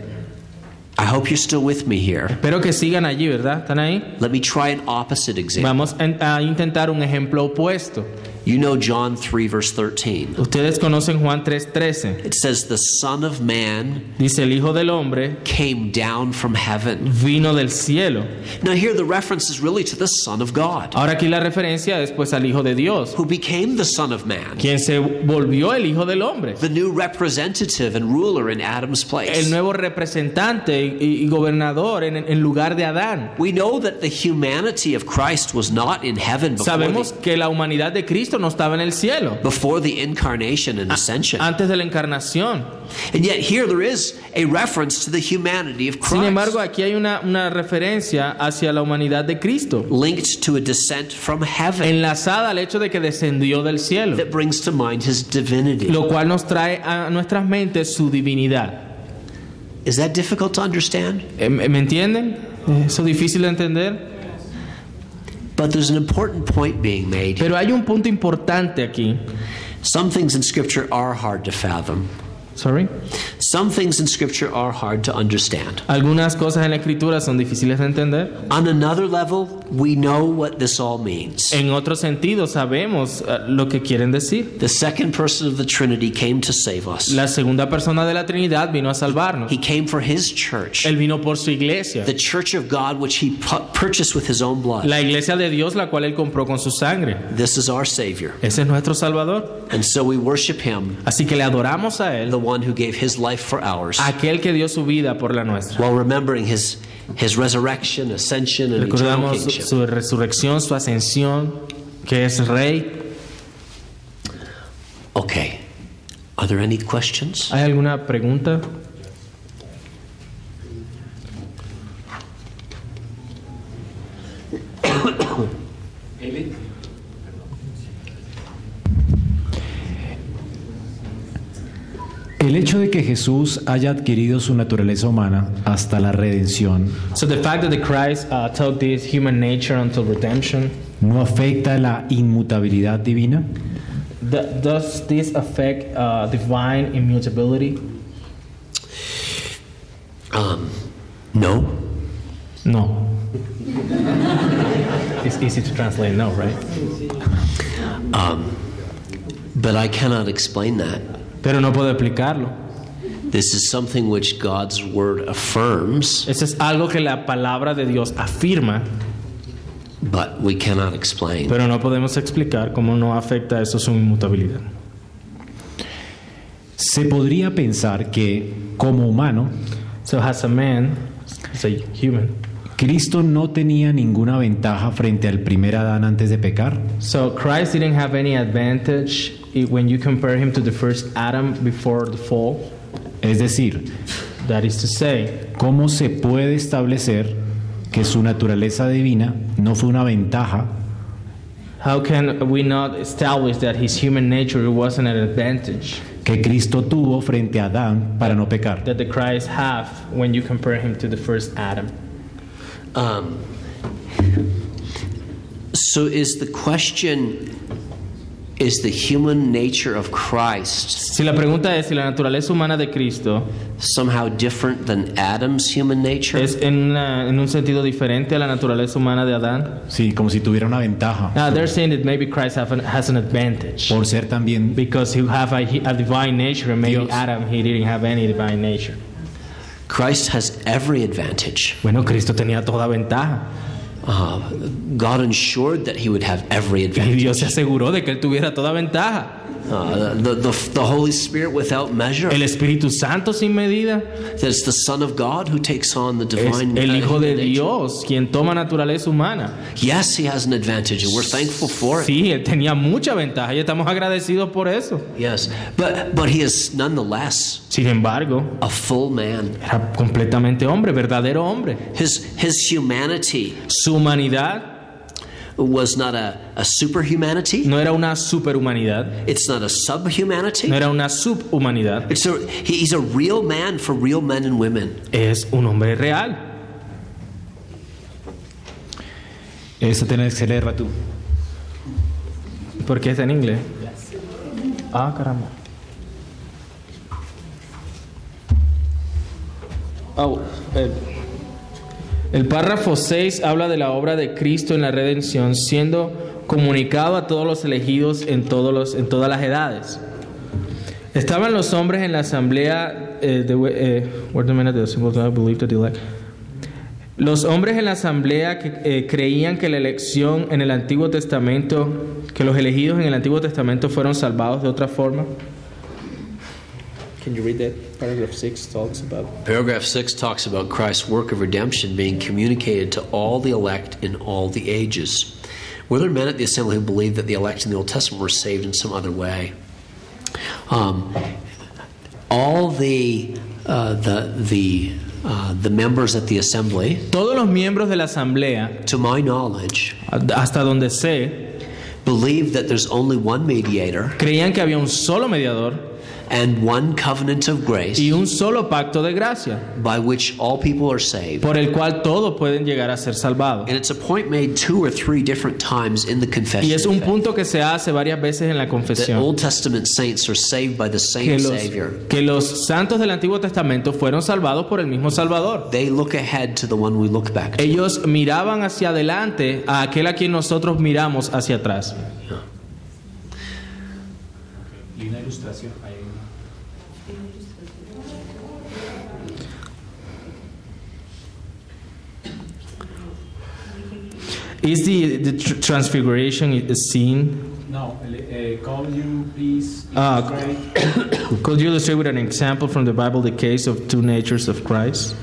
S1: I hope you're still with me here.
S2: Espero que sigan allí, ¿verdad? ¿Están ahí?
S1: Let me try an opposite example.
S2: Vamos en- a intentar un ejemplo opuesto.
S1: You know John 3 verse 13.
S2: Ustedes conocen Juan 3:13.
S1: It says the son of man
S2: Dice, el Hijo del Hombre
S1: came down from heaven.
S2: vino del cielo.
S1: Now here the reference is really to the son of God
S2: Ahora aquí la referencia es pues al Hijo de Dios,
S1: who became the son of man,
S2: quien se volvió el Hijo del Hombre,
S1: the new representative and ruler in Adam's place.
S2: el nuevo representante y, y gobernador en, en lugar de Adán.
S1: We know that the humanity of Christ was not in heaven before,
S2: Sabemos
S1: the,
S2: que la humanidad de Cristo no estaba en el cielo
S1: before the incarnation and ascension.
S2: antes de la encarnación.
S1: and yet, here there is a reference to the humanity of Christ
S2: Sin embargo, aquí hay una, una referencia hacia la humanidad de Cristo,
S1: linked to a descent from heaven
S2: enlazada al hecho de que descendió del cielo,
S1: that brings to mind his divinity.
S2: lo cual nos trae a nuestras mentes su divinidad.
S1: Is that difficult to understand?
S2: Eh, ¿Me me entienden? Eso es difícil de entender.
S1: But there's an important point being made.
S2: Pero hay un punto importante aquí.
S1: Some things in Scripture are hard to fathom,
S2: Sorry.
S1: some things in Scripture are hard to understand.
S2: Algunas cosas en la escritura son difíciles de entender.
S1: On another level, we know what this all means.
S2: En otro sentido, sabemos eh, lo que quieren decir.
S1: The second person of the Trinity came to save us.
S2: La segunda persona de la Trinidad vino a salvarnos.
S1: He came for his church,
S2: Él vino por su iglesia,
S1: the church of God, which he pu- purchased with his own blood.
S2: la iglesia de Dios, la cual él compró con su sangre.
S1: This is our Savior.
S2: Ese es nuestro Salvador.
S1: And so we worship him,
S2: Así que le adoramos a él,
S1: the one who gave his life for ours,
S2: aquel que dio su vida por la nuestra.
S1: while remembering his, his resurrection, ascension, and eternal
S2: Recordamos su,
S1: kingship.
S2: su resurrección, su ascensión, que es rey.
S1: Okay. Are there any questions?
S2: ¿Hay alguna pregunta?
S3: El hecho de que Jesús haya adquirido su naturaleza humana hasta la redención
S2: So the fact that the Christ uh, took this human nature until redemption,
S3: no afecta la inmutabilidad divina.
S2: th- does this affect uh, divine immutability?
S1: Um, no.
S2: No. it's easy to translate no, right?
S1: But I cannot explain that.
S2: Pero no puedo explicarlo.
S1: This is something which God's word affirms,
S2: Eso es algo que la palabra de Dios afirma,
S1: but we cannot explain.
S2: pero no podemos explicar cómo no afecta eso su inmutabilidad.
S3: Se podría pensar que, como humano,
S2: So as a man, as a human,
S3: Cristo no tenía ninguna ventaja frente al primer Adán antes de pecar.
S2: so Christ didn't have any advantage i- when you compare him to the first Adam before the fall.
S3: Es decir,
S2: That is to say,
S3: ¿cómo se puede establecer que su naturaleza divina no fue una ventaja
S2: How can we not establish that his human nature wasn't an advantage
S3: que Cristo tuvo frente a Adán para no pecar?
S2: that the Christ have when you compare him to the first Adam?
S1: Um, so, is the question is the human nature of Christ
S2: Si la pregunta es si la naturaleza humana de Cristo
S1: somehow different than Adam's human nature?
S2: es en, una- en un sentido diferente a la naturaleza humana de Adán.
S3: Sí, como si tuviera una ventaja
S2: Now they're saying that maybe Christ have an, has an advantage
S3: por ser también
S2: because he have a, a divine nature, and maybe
S3: Dios.
S2: Adam he didn't have any divine nature.
S1: Christ has every advantage.
S2: Bueno, Cristo tenía toda ventaja
S1: Uh, God ensured that he would have every
S2: y
S1: advantage.
S2: Dios se aseguró de que él tuviera toda ventaja.
S1: Uh, the, the, the Holy Spirit without measure.
S2: El Espíritu Santo sin medida
S1: It's the Son of God who takes on the
S2: es
S1: divine
S2: el
S1: uh,
S2: Hijo de
S1: human nature.
S2: Dios quien toma naturaleza humana.
S1: Yes, he has an advantage, and we're thankful for it.
S2: Sí, él tenía mucha ventaja y estamos agradecidos por eso.
S1: Yes, but but he is nonetheless
S2: Sin embargo,
S1: a full man.
S2: era completamente hombre, verdadero hombre.
S1: His his humanity
S2: Su humanidad
S1: was not a, a superhumanity.
S2: no era una superhumanidad,
S1: It's not a
S2: no
S1: subhumanity.
S2: era una subhumanidad.
S1: It's a, he- he's a real man for real men and women.
S2: Es un hombre real.
S3: Eso tenés que leerla tú.
S2: ¿Por qué está en inglés? Ah, caramba. el, el párrafo 6 habla de la obra de Cristo en la redención siendo comunicado a todos los elegidos en, todos los, en todas las edades. Estaban los hombres en la asamblea eh, de... eh, wait a minute, the singles I believe that they like- los hombres en la asamblea que, eh, creían que la elección en el Antiguo Testamento, que los elegidos en el Antiguo Testamento fueron salvados de otra forma. Can you read that? Paragraph 6 talks about.
S1: Paragraph 6 talks about Christ's work of redemption being communicated to all the elect in all the ages. Were there men at the assembly who believed that the elect in the Old Testament were saved in some other way? Um, all the, uh, the, the, uh, the members at the assembly,
S2: Todos los miembros de la asamblea,
S1: to my knowledge,
S2: hasta donde sé,
S1: believe that there's only one mediator
S2: creían que había un solo mediador
S1: and one covenant of grace
S2: y un solo pacto de gracia,
S1: by which all people are saved.
S2: por el cual todos pueden llegar a ser salvados.
S1: And it's a point made two or three different times in the confession.
S2: Y es un
S1: of faith.
S2: punto que se hace varias veces en la
S1: that
S2: confesión.
S1: Old Testament saints are saved by the same
S2: Que los,
S1: Savior.
S2: que los santos del Antiguo Testamento fueron salvados por el mismo Salvador.
S1: They look ahead to the one we look back to.
S2: Ellos miraban hacia adelante a aquel a quien nosotros miramos hacia atrás. Is the, the tr- transfiguration i- seen?
S4: No, uh, call you please
S2: Ah,
S4: illustrate
S2: Could you illustrate with an example from the Bible the case of two natures of Christ?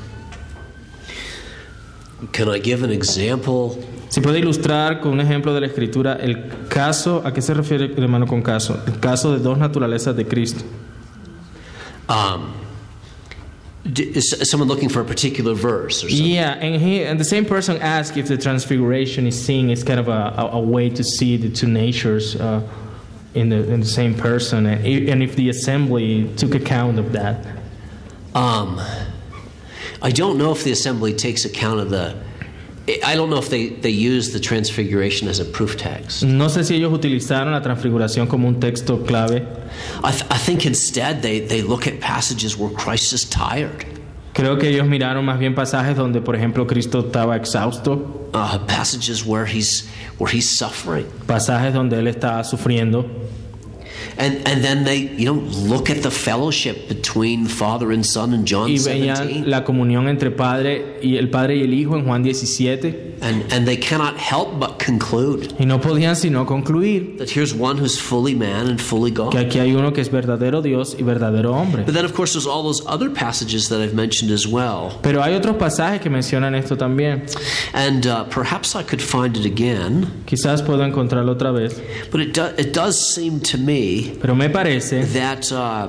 S1: Can I give an example?
S2: ¿Se puede ilustrar con un ejemplo de la Escritura el caso, a qué se refiere el hermano con caso? El caso de dos naturalezas de Cristo.
S1: Um, d- is someone looking for a particular verse or something?
S2: Yeah, ah, and, he, and the same person asked if the transfiguration is seen is kind of a, a, a way to see the two natures uh, in, the, in the same person, and, i- and if the assembly took account of that.
S1: Um, I don't know if the assembly takes account of the. I- I don't know if they, they use the transfiguration as a proof text.
S2: No sé si ellos utilizaron la transfiguración como un texto clave.
S1: I, th- I think instead they, they look at passages where Christ is tired,
S2: Creo que ellos miraron más bien pasajes donde, por ejemplo, Cristo estaba exhausto,
S1: uh, passages where he's, where he's suffering.
S2: pasajes donde él estaba sufriendo,
S1: And and then they you know look at the fellowship between Father and Son in John
S2: y veían
S1: 17,
S2: la comunión entre padre y el padre y el hijo en Juan 17,
S1: and and they cannot help but conclude
S2: y no podían sino concluir
S1: that here's one who's fully man and fully God.
S2: que aquí hay uno que es verdadero Dios y verdadero hombre.
S1: But then of course there's all those other passages that I've mentioned as well,
S2: Pero hay otros pasajes que mencionan esto también.
S1: and uh, perhaps I could find it again,
S2: Quizás puedo encontrarlo otra vez.
S1: but it do- it does seem to me
S2: Pero me parece,
S1: that. Uh,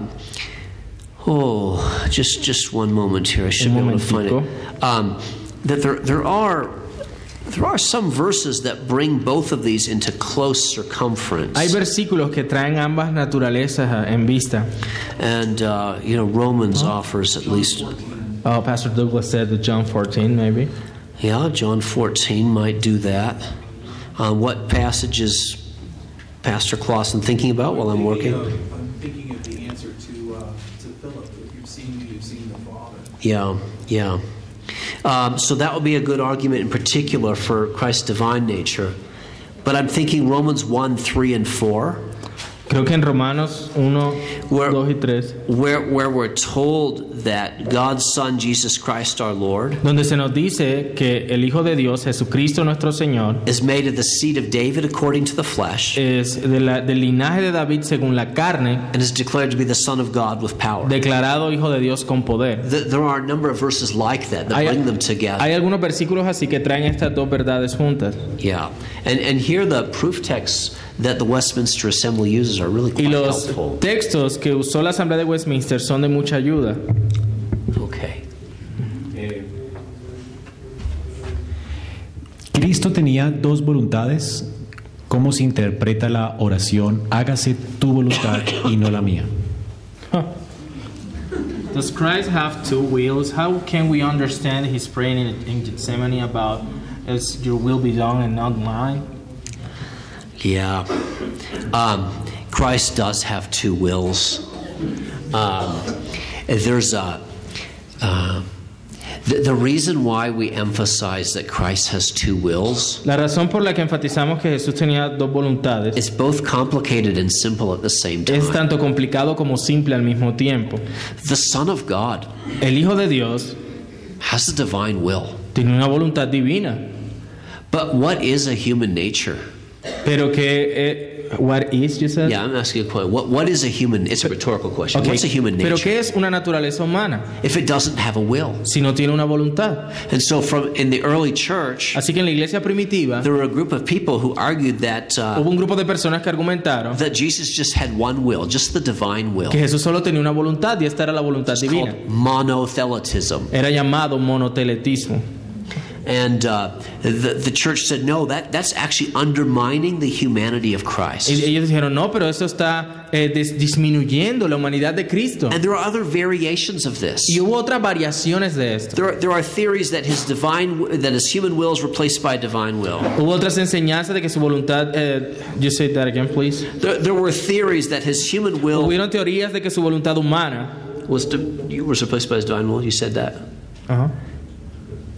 S1: Oh, just just one moment here. I should be
S2: Un
S1: able to find it.
S2: momentico.
S1: Um, that there there are there are some verses that bring both of these into close circumference.
S2: hay versículos que traen ambas naturalezas ah, en vista.
S1: and uh, you know Romans offers at least.
S2: Oh, Pastor Douglas said that John 14, maybe.
S1: Yeah, John 14 might do that. Uh, what passages Pastor Clausen thinking about while I'm working?
S4: Thinking of- I'm thinking of the answer to, uh, to Philip, if you've seen me, you've seen the Father.
S1: Yeah, yeah. Um, so that would be a good argument in particular for Christ's divine nature. But I'm thinking Romans 1, 3, and 4.
S2: Creo que en Romanos 1,
S1: Where-
S2: 2 y 3,
S1: where, where we're told that God's Son, Jesus Christ our Lord,
S2: donde se nos dice que el Hijo de Dios, Jesucristo nuestro Señor,
S1: is made of the seed of David according to the flesh,
S2: es de la- del linaje de David según la carne,
S1: and is declared to be the Son of God with power.
S2: declarado Hijo de Dios con poder.
S1: Th- there are a number of verses like that that
S2: Hay,
S1: bring them together.
S2: hay algunos versículos así que traen estas dos verdades juntas.
S1: yeah. And, and here the proof texts that the Westminster Assembly uses are really quite
S2: Y los
S1: helpful.
S2: textos que usó la Asamblea de Westminster son de mucha ayuda.
S1: Okay.
S3: Cristo tenía dos voluntades. ¿Cómo se interpreta la oración? Hágase tu voluntad y no la mía.
S2: Does Christ have two wills? How can we understand his praying in, in Gethsemane about as your will be done and not mine?
S1: Yeah. Um, Christ does have two wills. Um, there's a. Uh, the, the reason why we emphasize that Christ has two wills
S2: La razón por la que enfatizamos que Jesús tenía dos voluntades
S1: is both complicated and simple at the same time.
S2: es tanto complicado como simple al mismo tiempo.
S1: The Son of God
S2: El Hijo de Dios
S1: has a divine will.
S2: tiene una voluntad divina,
S1: But what is a human nature?
S2: pero que eh, what is you said?
S1: Yeah, I'm asking a question. What, what is a human? It's a rhetorical question.
S2: Ok,
S1: What's a human
S2: Pero
S1: nature
S2: qué es una naturaleza humana
S1: if it doesn't have a will?
S2: si no tiene una voluntad.
S1: And so, from in the early church,
S2: Así que en la iglesia primitiva
S1: There were a group of people who argued that uh,
S2: hubo un grupo de personas que argumentaron
S1: that Jesus just had one will, just the divine will.
S2: que Jesús solo tenía una voluntad y esta era la voluntad
S1: It's called
S2: divina.
S1: monotheletism.
S2: Era llamado monoteletismo.
S1: And uh, the, the church said, no, that, that's actually undermining the humanity of
S2: Y-
S1: Christ.
S2: Ellos dijeron, no, pero eso está eh, dis- disminuyendo la humanidad de Cristo.
S1: And there are other variations of this.
S2: Y hubo otras variaciones de esto.
S1: There are, there are theories that his divine w- that his human will is replaced by divine will.
S2: Hubo otras enseñanzas de que su voluntad... eh, you say that again, please.
S1: There, there were theories that his human will
S2: Hubieron teorías de que su voluntad humana...
S1: was di- you was replaced by his divine will. You said that.
S2: Ajá.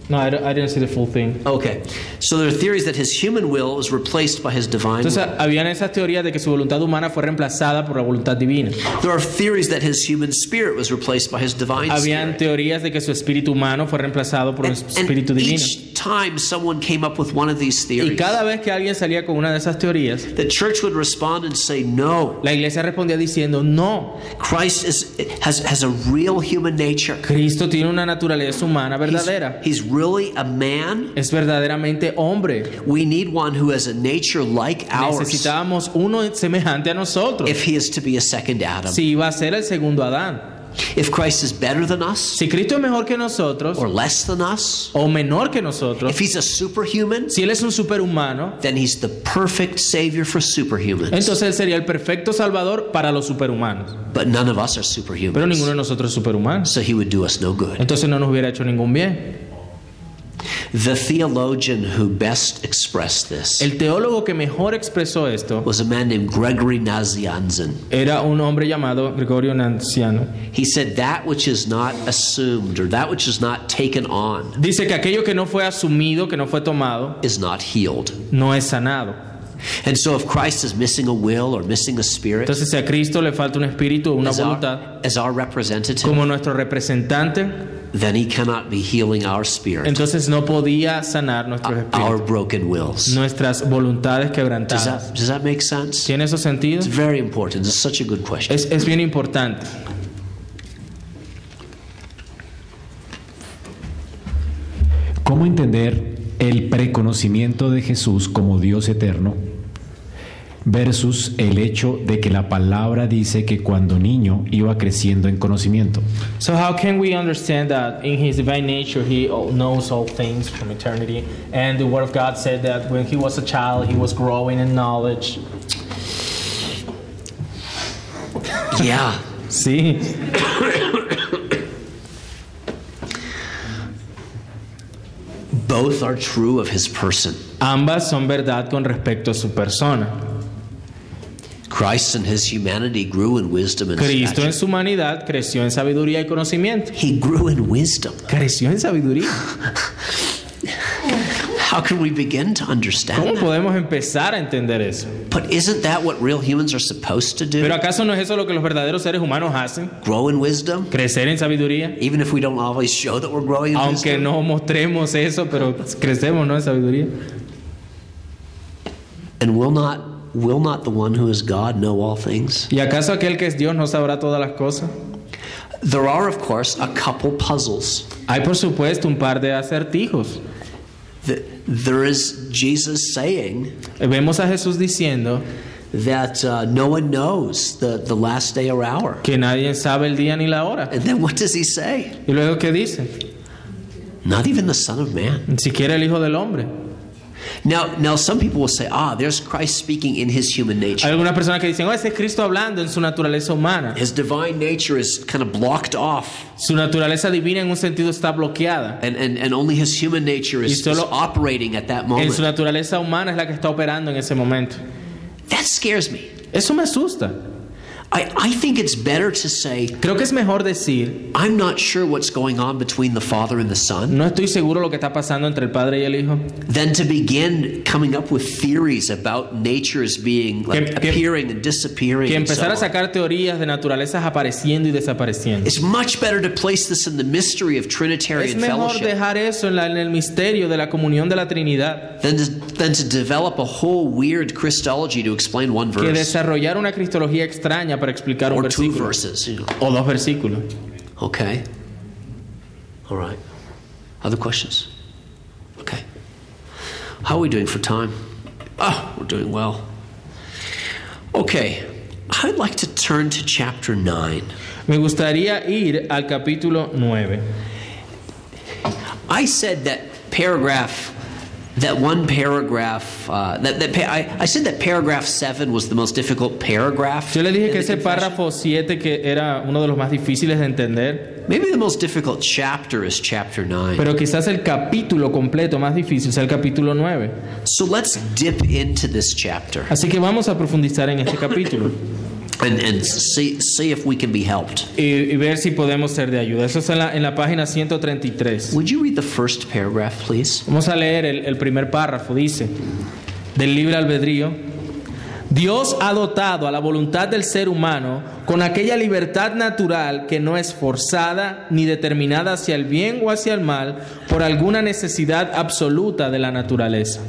S2: No, I, don't- I didn't see the full thing.
S1: Okay. So there are theories that his human will was replaced by his divine will.
S2: Entonces, habían esas teorías de que su voluntad humana fue reemplazada por la voluntad divina.
S1: There are theories that his human spirit was replaced by his divine
S2: Habían
S1: spirit.
S2: teorías de que su espíritu humano fue reemplazado por el
S1: And,
S2: espíritu
S1: and
S2: divino.
S1: each time someone came up with one of these
S2: Y
S1: theories,
S2: cada vez que alguien salía con una de esas teorías,
S1: the church would respond and say, No,
S2: la iglesia respondía diciendo, no,
S1: Christ is, has, has a real human nature.
S2: Cristo tiene una naturaleza humana
S1: He's,
S2: verdadera.
S1: he's really a man.
S2: Es verdaderamente hombre.
S1: We need one who has a nature like ours
S2: Necesitábamos uno semejante a nosotros.
S1: if he is to be a second Adam.
S2: Si iba a ser el segundo Adán.
S1: If Christ is better than us
S2: Si Cristo es mejor que nosotros
S1: or less than us,
S2: o menor que nosotros,
S1: if he's a superhuman,
S2: si Él es un superhumano,
S1: then he's the perfect savior for superhumans.
S2: entonces Él sería el perfecto salvador para los superhumanos.
S1: But none of us are
S2: Pero ninguno
S1: superhumans.
S2: de nosotros es superhumano.
S1: So he would do us no good.
S2: Entonces no nos hubiera hecho ningún bien.
S1: The theologian who best expressed this
S2: El teólogo que mejor expresó esto
S1: was a man named Gregory Nazianzen.
S2: era un hombre llamado Gregorio Nanciano.
S1: He said, That which is not assumed or that which is not taken on
S2: Dice que aquello que no fue asumido, que no fue tomado,
S1: is not healed.
S2: no es sanado.
S1: And so, if Christ is missing a will or missing a spirit
S2: Entonces si a Cristo le falta un espíritu o una
S1: as
S2: voluntad
S1: our, as our representative,
S2: como nuestro representante,
S1: then he cannot be healing our spirit,
S2: entonces no podía sanar nuestros
S1: our
S2: espíritus,
S1: broken wills.
S2: nuestras voluntades
S1: Does
S2: quebrantadas.
S1: that, does that make sense?
S2: ¿Tiene eso sentido?
S1: It's very important. It's such a good question.
S2: Es, es bien importante.
S3: ¿Cómo entender el preconocimiento de Jesús como Dios eterno versus el hecho de que la palabra dice que cuando niño iba creciendo en conocimiento?
S2: So how can we understand that in his divine nature he all- knows all things from eternity and the word of God said that when he was a child he was growing in knowledge.
S1: Yeah.
S2: Sí.
S1: Both are true of his person.
S2: Ambas son verdad con respecto a su persona.
S1: Christ in his humanity grew in wisdom and
S2: Cristo
S1: stature.
S2: en su humanidad creció en sabiduría y conocimiento.
S1: He grew in wisdom.
S2: Creció en sabiduría.
S1: How can we begin to understand
S2: ¿Cómo
S1: that?
S2: podemos empezar a entender eso?
S1: But isn't that what real humans are supposed to do?
S2: ¿Pero acaso no es eso lo que los verdaderos seres humanos hacen?
S1: Grow in wisdom?
S2: Crecer en sabiduría.
S1: Even if we don't always show that we're growing in
S2: Aunque
S1: wisdom?
S2: no mostremos eso, pero crecemos, ¿no? En sabiduría.
S1: And will not, will not the one who is God know all things?
S2: ¿Y acaso aquel que es Dios no sabrá todas las cosas?
S1: There are, of course, a couple puzzles.
S2: Hay por supuesto un par de acertijos.
S1: Th- There is Jesus saying
S2: Vemos a Jesús diciendo
S1: that uh, no one knows the, the last day or hour.
S2: que nadie sabe el día ni la hora.
S1: And then what does he say?
S2: ¿Y luego qué dice?
S1: Not even the Son of Man.
S2: Ni siquiera el Hijo del Hombre.
S1: Now, now some people will say, ah, there's Christ speaking in his human
S2: Hay
S1: nature.
S2: algunas personas que dicen, oh, ese es Cristo hablando en su naturaleza humana.
S1: His divine nature is kind of blocked off,
S2: Su naturaleza divina en un sentido está bloqueada.
S1: and, and, and only his human nature is,
S2: Y solo-
S1: is operating at that
S2: En
S1: moment.
S2: su naturaleza humana es la que está operando en ese momento.
S1: That scares me.
S2: Eso me asusta.
S1: I, I think it's better to say,
S2: Creo que es mejor decir,
S1: I'm not sure what's going on between the Father and the Son,
S2: no estoy seguro lo que está pasando entre el Padre y el Hijo,
S1: than to begin coming up with theories about natures being like,
S2: Que- que-
S1: appearing and disappearing.
S2: que
S1: and so
S2: empezar a
S1: on.
S2: sacar teorías de naturalezas apareciendo y desapareciendo.
S1: It's much better to place this in the mystery of
S2: Es
S1: Trinitarian
S2: mejor
S1: fellowship
S2: dejar eso en, la- en el misterio de la comunión de la Trinidad
S1: than to, than to develop a whole weird Christology to explain one
S2: que
S1: verse
S2: desarrollar una cristología extraña para explicar un
S1: or two
S2: versículo
S1: verses. you know.
S2: o dos versículos.
S1: Okay. All right. Other questions? Okay. How are we doing for time? Oh, we're doing well. Okay. I'd like to turn to chapter 9.
S2: Me gustaría ir al capítulo 9.
S1: I said that paragraph, that one paragraph, uh, that, that pa- I, I said that paragraph 7 was the most difficult paragraph.
S2: Yo le
S1: in
S2: dije que
S1: the
S2: ese
S1: confession.
S2: párrafo 7 que era uno de los más difíciles de entender,
S1: Maybe the most difficult chapter is chapter 9.
S2: pero quizás el capítulo completo más difícil sea el capítulo 9.
S1: so let's dip into this chapter
S2: Así que vamos a profundizar en este capítulo
S1: and, and see, see if we can be helped.
S2: y, y ver si podemos ser de ayuda. Eso está en la, en la página 133.
S1: Would you read the first paragraph, please?
S2: Vamos a leer el, el primer párrafo. Dice, del libre albedrío, Dios ha dotado a la voluntad del ser humano con aquella libertad natural que no es forzada ni determinada hacia el bien o hacia el mal por alguna necesidad absoluta de la naturaleza.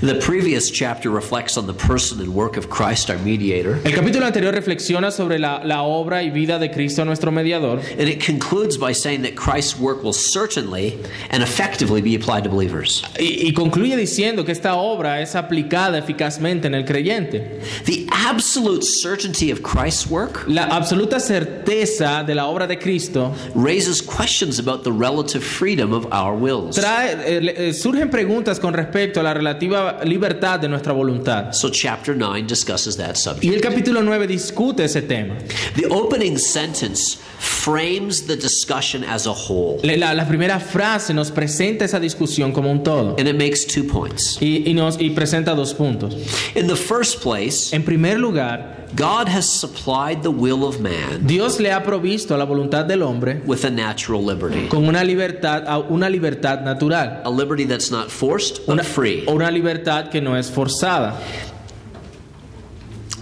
S1: The previous chapter reflects on the person and work of Christ, our mediator,
S2: El capítulo anterior reflexiona sobre la, la obra y vida de Cristo nuestro mediador.
S1: and it concludes by saying that Christ's work will certainly and effectively be applied to believers.
S2: Y, y concluye diciendo que esta obra es aplicada eficazmente en el creyente.
S1: The absolute certainty of Christ's work
S2: La absoluta certeza de la obra de Cristo
S1: raises questions about the relative freedom of our wills.
S2: trae, eh, le- eh, surgen preguntas con respecto a la relativa libertad de nuestra voluntad.
S1: So, chapter 9 discusses that subject.
S2: Y el capítulo 9 discute ese tema.
S1: The opening sentence frames the discussion as a whole,
S2: Le- La, la primera frase nos presenta esa discusión como un todo
S1: and it makes two points.
S2: y, y nos, y presenta dos puntos.
S1: In the first place,
S2: En primer lugar,
S1: God has supplied the will of man
S2: Dios le ha provisto a la voluntad del hombre
S1: with a natural liberty,
S2: con una libertad, a- una libertad natural.
S1: a liberty that's not forced
S2: Una,
S1: but free.
S2: o una libertad que no es forzada.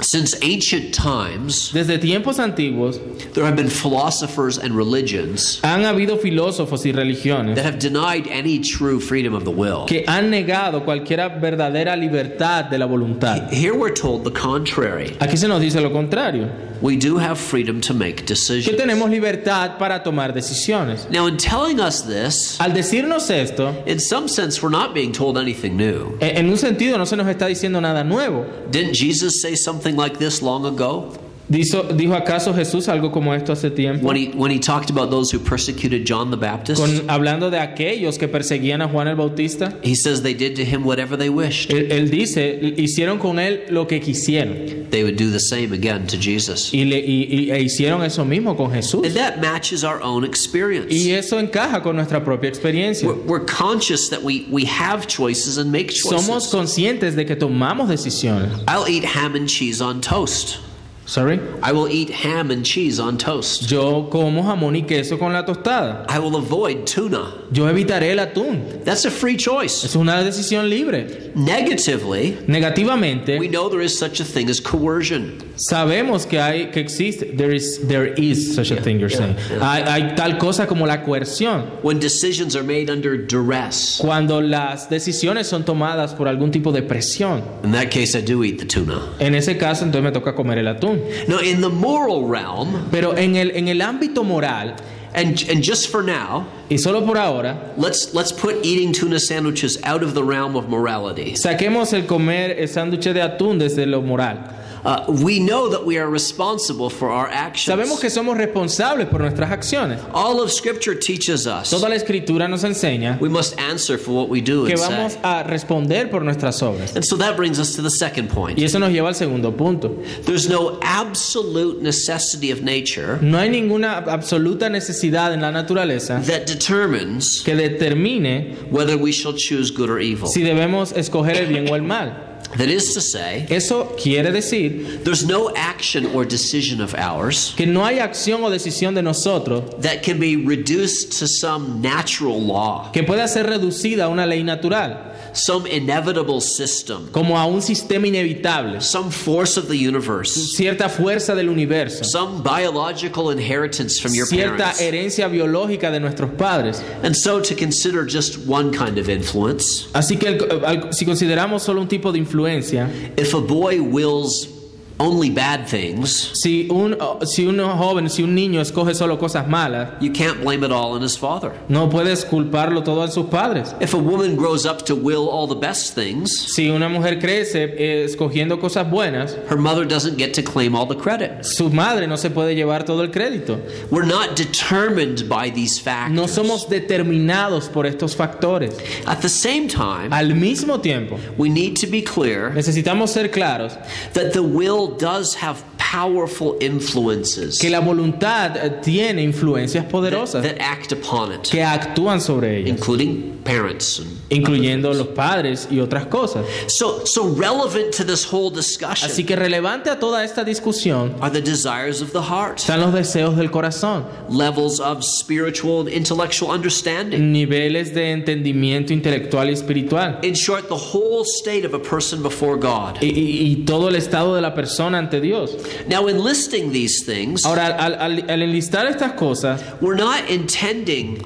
S1: Since ancient times,
S2: Desde tiempos antiguos
S1: there have been philosophers and religions
S2: han habido filósofos y
S1: that
S2: religiones
S1: have denied any true freedom of the will.
S2: que han negado cualquier verdadera libertad de la voluntad.
S1: Here we're told the contrary.
S2: Aquí se nos dice lo contrario,
S1: We do have freedom to make
S2: que
S1: decisions.
S2: tenemos libertad para tomar decisiones.
S1: Now, in telling us this,
S2: Al decirnos esto,
S1: in some sense, we're not being told anything new.
S2: e- en un sentido no se nos está diciendo nada nuevo.
S1: Didn't Jesus say something like this long ago
S2: Dizo- ¿Dijo acaso Jesús algo como esto hace tiempo?
S1: when he when he talked about those who persecuted John the Baptist?
S2: Con, hablando de aquellos que perseguían a Juan el Bautista,
S1: He says they did to him whatever they wished.
S2: él, él dice, hicieron con él lo que quisieron.
S1: They would do the same again to Jesus.
S2: Y, le, y- y- e hicieron eso mismo con Jesús.
S1: And that matches our own
S2: Y
S1: experience.
S2: eso encaja con nuestra propia experiencia.
S1: We're, we're conscious that we, we have choices and make
S2: Somos
S1: choices.
S2: conscientes de que tomamos decisiones.
S1: I'll eat ham and cheese on toast.
S2: Sorry.
S1: I will eat ham and cheese on toast.
S2: Yo como jamón y queso con la tostada.
S1: I will avoid tuna.
S2: Yo evitaré el atún.
S1: That's a free choice.
S2: Es una decisión libre.
S1: Negatively, we
S2: Negativamente,
S1: know there is such a thing as coercion.
S2: sabemos que hay que existe there is there is such a thing you're saying. Hay, hay tal cosa como la coerción
S1: When decisions are made under duress.
S2: cuando las decisiones son tomadas por algún tipo de presión.
S1: In that case, I do eat the tuna.
S2: En ese caso, entonces me toca comer el atún.
S1: Now, in the moral realm,
S2: Pero en el en el ámbito moral
S1: and and just for now,
S2: y solo por ahora
S1: let's let's put eating tuna sandwiches out of the realm of morality.
S2: saquemos el comer el sándwich de atún desde lo moral.
S1: Uh, we know that we are responsible for our actions.
S2: Sabemos que somos responsables por nuestras acciones.
S1: All of Scripture teaches us
S2: Toda la escritura nos enseña
S1: we must answer for what we do
S2: que
S1: and
S2: vamos
S1: say.
S2: a responder por nuestras obras.
S1: And so that brings us to the second
S2: Y
S1: point.
S2: eso nos lleva al segundo punto.
S1: There's no absolute necessity of nature
S2: No hay ninguna absoluta necesidad en la naturaleza
S1: that determines
S2: que determine
S1: whether we shall choose good or evil.
S2: si debemos escoger el bien o el mal.
S1: That is to say,
S2: Eso quiere decir
S1: there's no action or decision of ours
S2: que no hay acción o decisión de nosotros
S1: that can be reduced to some natural law,
S2: que pueda ser reducida a una ley natural,
S1: some inevitable system,
S2: como a un sistema inevitable,
S1: some force of the universe,
S2: cierta fuerza del universo,
S1: some biological inheritance from your
S2: cierta er-
S1: parents.
S2: herencia biológica de nuestros padres.
S1: And so to consider just one kind of influence,
S2: Así que el- al- si consideramos solo un tipo de influencia,
S1: if a boy wills only bad things,
S2: si un, si un joven, si un niño escoge solo cosas malas,
S1: you can't blame it all on his father.
S2: no puedes culparlo todo a sus padres.
S1: If a woman grows up to will all the best things,
S2: Si una mujer crece eh, escogiendo cosas buenas,
S1: her mother doesn't get to claim all the credit.
S2: su madre no se puede llevar todo el crédito.
S1: We're not determined by these factors.
S2: No somos determinados por estos factores.
S1: At the same time,
S2: Al mismo tiempo,
S1: we need to be clear
S2: necesitamos ser claros
S1: that the will does have powerful influences
S2: que la voluntad eh, tiene influencias
S1: that,
S2: poderosas
S1: that act upon it,
S2: que actúan sobre ella,
S1: including parents. and-
S2: incluyendo los padres y otras cosas.
S1: So, so relevant to this whole discussion.
S2: Así que relevante a toda esta discusión
S1: are the desires of the heart,
S2: están los deseos del corazón,
S1: levels of spiritual and intellectual understanding.
S2: niveles de entendimiento intelectual y espiritual.
S1: In short, the whole state of a person before God.
S2: Y, y- y todo el estado de la persona ante Dios.
S1: Now, in listing these things,
S2: Ahora, al- al- al enlistar estas cosas,
S1: we're not intending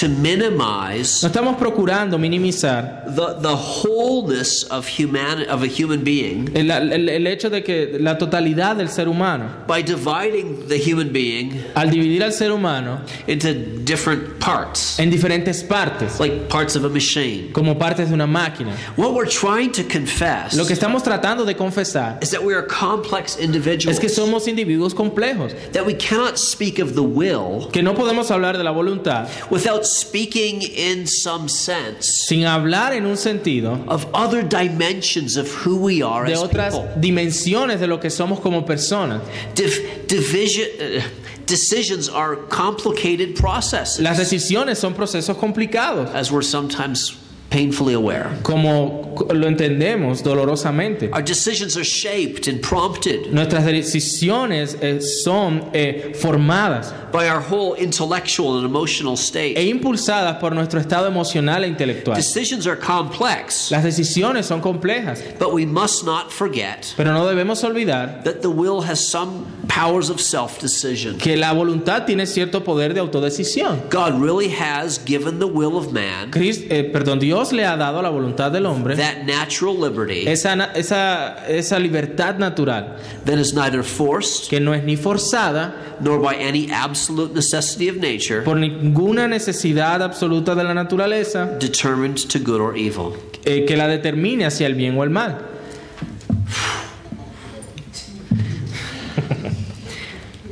S1: to minimize
S2: No estamos procurando minimizar
S1: the, the wholeness of, human, of a human being
S2: el, el- el hecho de que la totalidad del ser humano,
S1: by dividing the human being
S2: al dividir al ser humano
S1: into different parts,
S2: en diferentes partes,
S1: like parts of a machine.
S2: como partes de una máquina.
S1: What we're trying to confess
S2: Lo que estamos tratando de confesar
S1: is that we are complex individuals,
S2: es que somos individuos complejos,
S1: that we cannot speak of the will
S2: que no podemos hablar de la voluntad
S1: without speaking in some sense
S2: sin hablar en un sentido
S1: of other dimensions of who we are
S2: de
S1: as
S2: otras
S1: people.
S2: dimensiones de lo que somos como personas.
S1: Div- division, uh, decisions are complicated processes,
S2: Las decisiones son procesos complicados,
S1: as we're sometimes painfully aware.
S2: como lo entendemos dolorosamente.
S1: Our decisions are shaped and prompted
S2: Nuestras decisiones eh, son eh, formadas
S1: by our whole intellectual and emotional state.
S2: e impulsadas por nuestro estado emocional e intelectual.
S1: Decisions are complex,
S2: Las decisiones son complejas,
S1: but we must not forget
S2: pero no debemos olvidar
S1: that the will has some powers of self decision.
S2: que la voluntad tiene cierto poder de autodecisión.
S1: God really has given the will of man
S2: Cris- eh, perdón, Dios le ha dado a la voluntad del hombre
S1: that natural liberty
S2: esa, na- esa, esa libertad natural
S1: that is neither forced
S2: que no es ni forzada
S1: nor by any absolute necessity of nature
S2: por ninguna necesidad absoluta de la naturaleza
S1: determined to good or evil.
S2: eh, que la determine hacia el bien o el mal.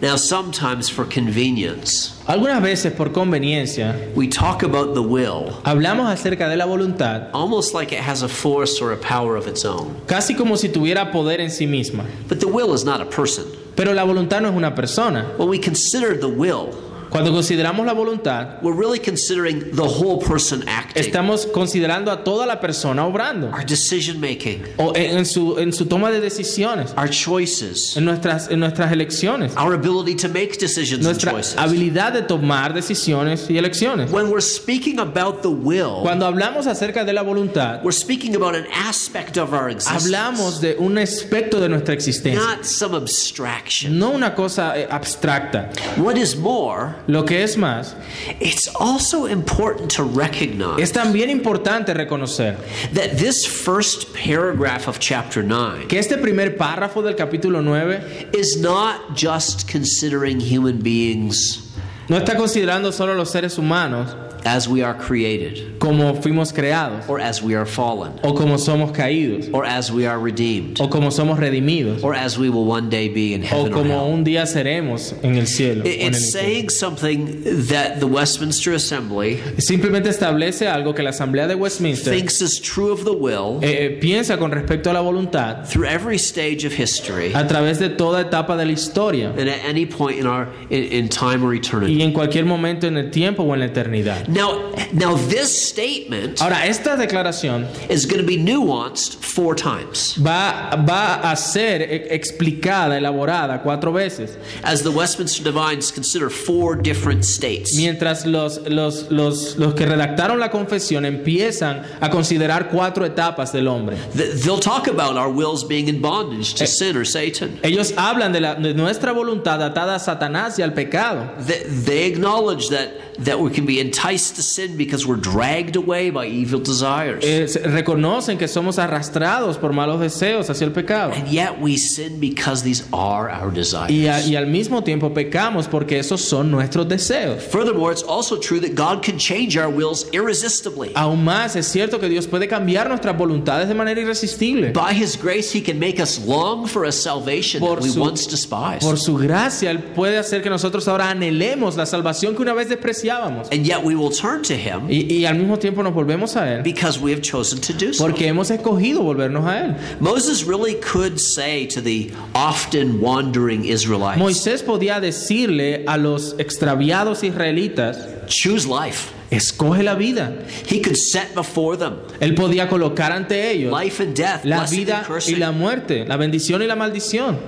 S1: Now, sometimes for convenience,
S2: Algunas veces por conveniencia
S1: we talk about the will
S2: hablamos acerca de la voluntad
S1: almost like it has a force or a power of its own.
S2: casi como si tuviera poder en sí misma.
S1: But the will is not a person.
S2: Pero la voluntad no es una persona.
S1: When we consider the will,
S2: Cuando consideramos la voluntad,
S1: we're really considering the whole person acting,
S2: estamos considerando a toda la persona obrando.
S1: our decision making,
S2: O en, en su, en su toma de decisiones,
S1: our choices,
S2: en nuestras, en nuestras elecciones,
S1: our ability to make decisions and
S2: nuestra
S1: choices.
S2: habilidad de tomar decisiones y elecciones.
S1: When we're speaking about the will,
S2: Cuando hablamos acerca de la voluntad,
S1: we're speaking about an aspect of our
S2: hablamos
S1: existence,
S2: de un aspecto de nuestra existencia,
S1: not some abstraction.
S2: no una cosa eh, abstracta.
S1: What is more,
S2: Lo que es más,
S1: it's also important to recognize
S2: es también importante reconocer
S1: that this first paragraph of chapter 9
S2: que este primer párrafo del capítulo 9
S1: is not just considering human beings
S2: no está considerando solo los seres humanos
S1: as we are created,
S2: como fuimos creados,
S1: or as we are fallen,
S2: o como somos caídos,
S1: or as we are redeemed,
S2: o como somos redimidos,
S1: or as we will one day be in
S2: o
S1: heaven or hell.
S2: como un día seremos en el cielo. o
S1: It-
S2: en el
S1: It's
S2: infierno.
S1: saying something that the Westminster Assembly
S2: Simplemente establece algo que la Asamblea de Westminster eh,
S1: thinks is true of the will
S2: eh, piensa con respecto a la voluntad
S1: through every stage of history
S2: a través de toda etapa de la historia
S1: and at any point in our in, in time or
S2: y
S1: eternity.
S2: en cualquier momento en el tiempo o en la eternidad.
S1: Now, now this statement
S2: Ahora, esta declaración
S1: is going to be nuanced four times.
S2: va, va a ser eh, explicada, elaborada cuatro veces.
S1: as the Westminster Divines consider four different states.
S2: Mientras los, los, los, los que redactaron la confesión empiezan a considerar cuatro etapas del hombre.
S1: Th- They'll talk about our wills being in bondage to sin or Satan.
S2: Ellos hablan de, la- de nuestra voluntad atada a Satanás y al pecado.
S1: Th- They acknowledge that, that we can be enticed to sin because we're dragged away by evil desires.
S2: Eh, se- reconocen que somos arrastrados por malos deseos hacia el pecado.
S1: And yet we sin because these are our
S2: Y, a-
S1: desires.
S2: y al mismo tiempo pecamos porque esos son nuestros deseos.
S1: Furthermore, it's also true that God can change our wills irresistibly.
S2: Aún más es cierto que Dios puede cambiar nuestras voluntades de manera irresistible.
S1: By His grace, He can make us long for a salvation
S2: Por
S1: that we
S2: su-
S1: once despised.
S2: Por su gracia, Él puede hacer que nosotros ahora anhelemos la salvación que una vez despreciábamos.
S1: And yet we will turn to Him
S2: Y, y al mismo tiempo nos volvemos a Él
S1: because we have chosen to do so.
S2: porque hemos escogido volvernos a Él.
S1: Moses really could say to the often wandering Israelites,
S2: Moisés podía decirle a los extraviados israelitas,
S1: choose life.
S2: escoge la vida.
S1: He could set before them
S2: Él podía colocar ante ellos
S1: life and death,
S2: la
S1: blessing
S2: vida
S1: and
S2: y
S1: cursing.
S2: la muerte, la bendición y la maldición.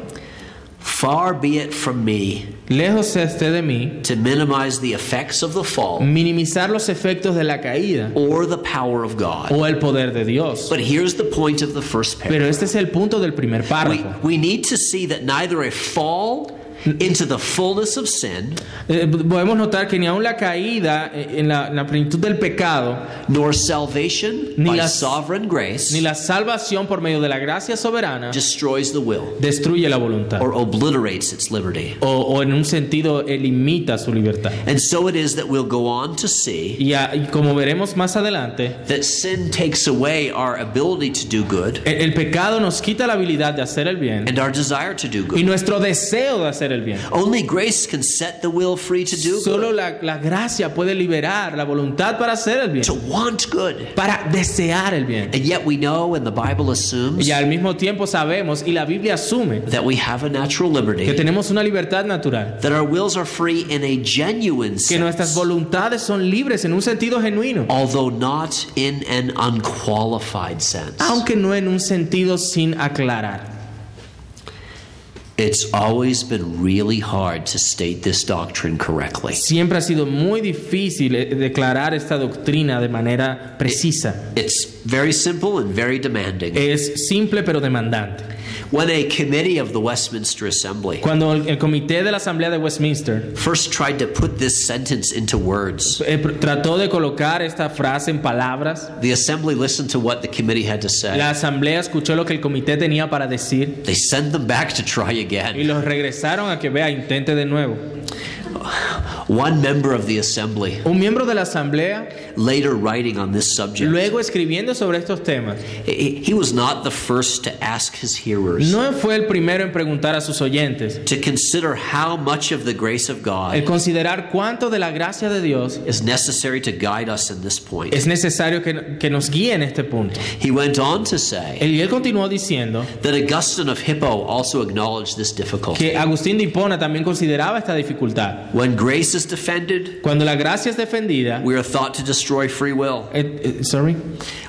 S1: Far be it from me
S2: Lejos esté de mí
S1: to minimize the effects of the
S2: Mm.
S1: fall
S2: minimizar los efectos de la caída
S1: or the power of God.
S2: o el poder de Dios.
S1: But here's the point of the first paragraph.
S2: Pero este es el punto del primer
S1: We,
S2: párrafo.
S1: we need to see that neither a fall into the fullness of sin
S2: Eh, podemos notar que ni aun la caída eh, en la, en la plenitud del pecado,
S1: nor salvation
S2: Ni
S1: by
S2: la-
S1: sovereign grace
S2: ni la salvación por medio de la gracia soberana
S1: destroys the will
S2: destruye la voluntad
S1: or obliterates its liberty.
S2: o, o en un sentido eh, limita su libertad.
S1: And so it is that we'll go on to see
S2: Y, ah, y como veremos más adelante,
S1: that sin takes away our ability to do good
S2: el, el pecado nos quita la habilidad de hacer el bien
S1: and our desire to do good.
S2: y nuestro deseo de hacer el bien.
S1: Only grace can set the will free to do
S2: Solo
S1: good,
S2: la, la gracia puede liberar la voluntad para hacer el bien,
S1: to want good.
S2: para desear el bien.
S1: And yet we know, and the Bible assumes,
S2: Y al mismo tiempo sabemos, y la Biblia asume,
S1: that we have a natural
S2: que
S1: liberty,
S2: tenemos una libertad natural,
S1: that our wills are free in a genuine
S2: que nuestras
S1: sense,
S2: voluntades son libres en un sentido genuino,
S1: although not in an unqualified sense.
S2: aunque no en un sentido sin aclarar.
S1: It's always been really hard to state this doctrine correctly.
S2: Siempre ha sido muy difícil eh, declarar esta doctrina de manera precisa.
S1: It's very simple and very demanding.
S2: Es simple pero demandante.
S1: When a committee of the Westminster Assembly
S2: Cuando el, el comité de la Asamblea de Westminster
S1: first tried to put this sentence into words,
S2: eh, pr- trató de colocar esta frase en palabras,
S1: the Assembly listened to what the committee had to say.
S2: la Asamblea escuchó lo que el comité tenía para decir
S1: They sent them back to try
S2: y
S1: again.
S2: los regresaron a que vea, intente de nuevo.
S1: One member of the Assembly,
S2: Un miembro de la Asamblea
S1: later writing on this subject,
S2: Luego escribiendo sobre estos temas,
S1: he he was not the first to ask his hearers
S2: no fue el primero en preguntar a sus oyentes,
S1: to consider how much of the grace of
S2: el
S1: God
S2: considerar cuánto de la gracia de Dios
S1: is necessary to guide us in this point.
S2: es necesario que, que nos guíe en este punto.
S1: He went on to say
S2: Él, y él continuó diciendo
S1: that Augustine of Hippo also acknowledged this difficulty.
S2: que Agustín de Hipona también consideraba esta dificultad. libertad.
S1: When grace is defended,
S2: Cuando la gracia es defendida,
S1: we are thought to destroy free will.
S2: eh, eh, sorry,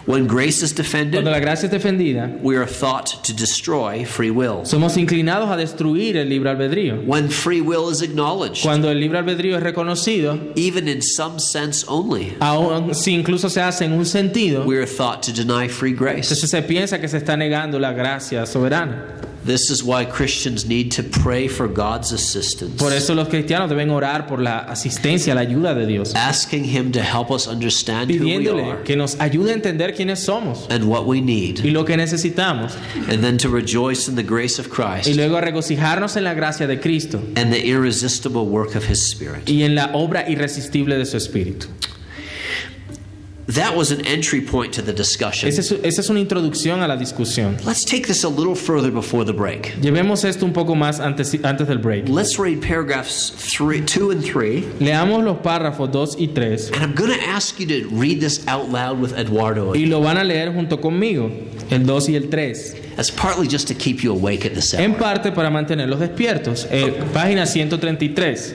S1: When grace is
S2: cuando
S1: defended,
S2: la gracia es defendida,
S1: we are thought to destroy free will.
S2: somos inclinados a destruir el libre albedrío.
S1: When free will is acknowledged,
S2: Cuando el libre albedrío es reconocido,
S1: even in some sense only,
S2: aun si incluso se hace en un sentido,
S1: we are thought to deny free grace.
S2: entonces se piensa que se está negando la gracia soberana.
S1: This is why Christians need to pray for God's assistance,
S2: Por eso los cristianos deben orar por la asistencia, la ayuda de Dios,
S1: asking Him to help us understand who we
S2: pidiéndole
S1: are
S2: que nos ayude a entender quiénes somos
S1: and what we
S2: y
S1: need,
S2: lo que necesitamos,
S1: and then to rejoice in the grace of
S2: y
S1: Christ
S2: luego a regocijarnos en la gracia de Cristo
S1: and the irresistible work of His Spirit.
S2: y en la obra irresistible de su Espíritu.
S1: That was an entry point to the discussion.
S2: Esa es, esa es una introducción a la discusión.
S1: Let's take this a little further before the break.
S2: Llevemos esto un poco más antes, antes del break.
S1: Let's read paragraphs three, two and three.
S2: Leamos los párrafos 2 y 3
S1: And I'm going to ask you to read this out loud with Eduardo.
S2: y lo van a leer junto conmigo, el 2 y el 3.
S1: That's partly just to keep you awake at this
S2: En
S1: hour.
S2: parte para mantenerlos despiertos. Eh, página 133.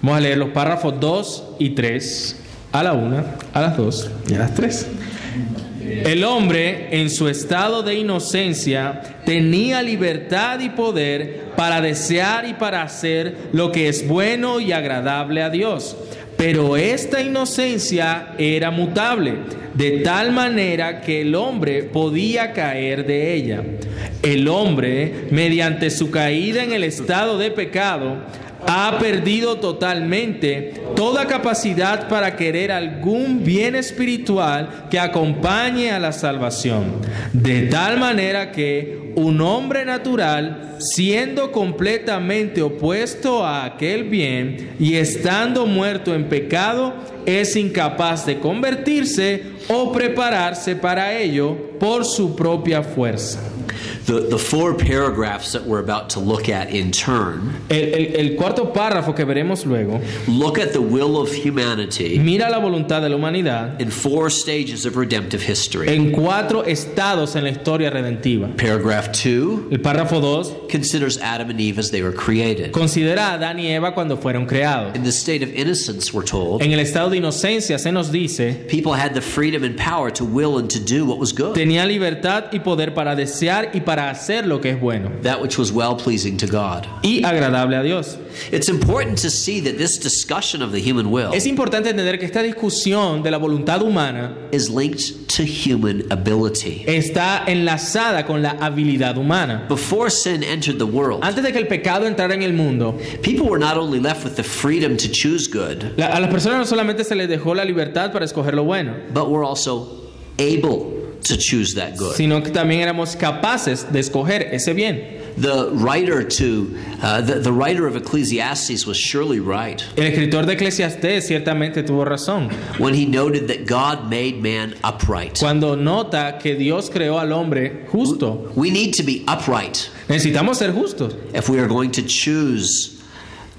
S2: Vamos a leer los párrafos 2 y 3. A la 1, a las 2 y a las 3. El hombre, en su estado de inocencia, tenía libertad y poder para desear y para hacer lo que es bueno y agradable a Dios. Pero esta inocencia era mutable, de tal manera que el hombre podía caer de ella. El hombre, mediante su caída en el estado de pecado, ha perdido totalmente toda capacidad para querer algún bien espiritual que acompañe a la salvación. De tal manera que un hombre natural, siendo completamente opuesto a aquel bien y estando muerto en pecado, es incapaz de convertirse o prepararse para ello por su propia fuerza.
S1: The, the four paragraphs that we're about to look at in turn
S2: El, el- el cuarto párrafo que veremos luego
S1: look at the will of humanity
S2: mira la voluntad de la humanidad
S1: in four stages of redemptive history.
S2: en cuatro estados en la historia redentiva.
S1: Paragraph two
S2: El párrafo 2
S1: considers Adam and Eve as they were created.
S2: considera a Adán y Eva cuando fueron creados.
S1: In the state of innocence, we're told,
S2: En el estado de inocencia se nos dice,
S1: people had the freedom and power to will and to do what was good,
S2: tenía libertad y poder para desear y para hacer lo que es bueno
S1: that which was well pleasing to God.
S2: y agradable a Dios.
S1: It's important to see that this discussion of the human will
S2: Es importante entender que esta discusión de la voluntad humana
S1: is linked to human ability.
S2: está enlazada con la habilidad humana.
S1: Before sin entered the world,
S2: Antes de que el pecado entrara en el mundo,
S1: people were not only left with the freedom to choose good,
S2: la- a las personas no solamente se les dejó la libertad para escoger lo bueno,
S1: but were also able to choose that good.
S2: sino que también éramos capaces de escoger ese bien.
S1: The writer to uh, the, the writer of Ecclesiastes was surely right
S2: El escritor de Eclesiastés ciertamente tuvo razón
S1: when he noted that God made man upright.
S2: cuando nota que Dios creó al hombre justo.
S1: We need to be upright
S2: Necesitamos ser justos.
S1: if we are going to choose.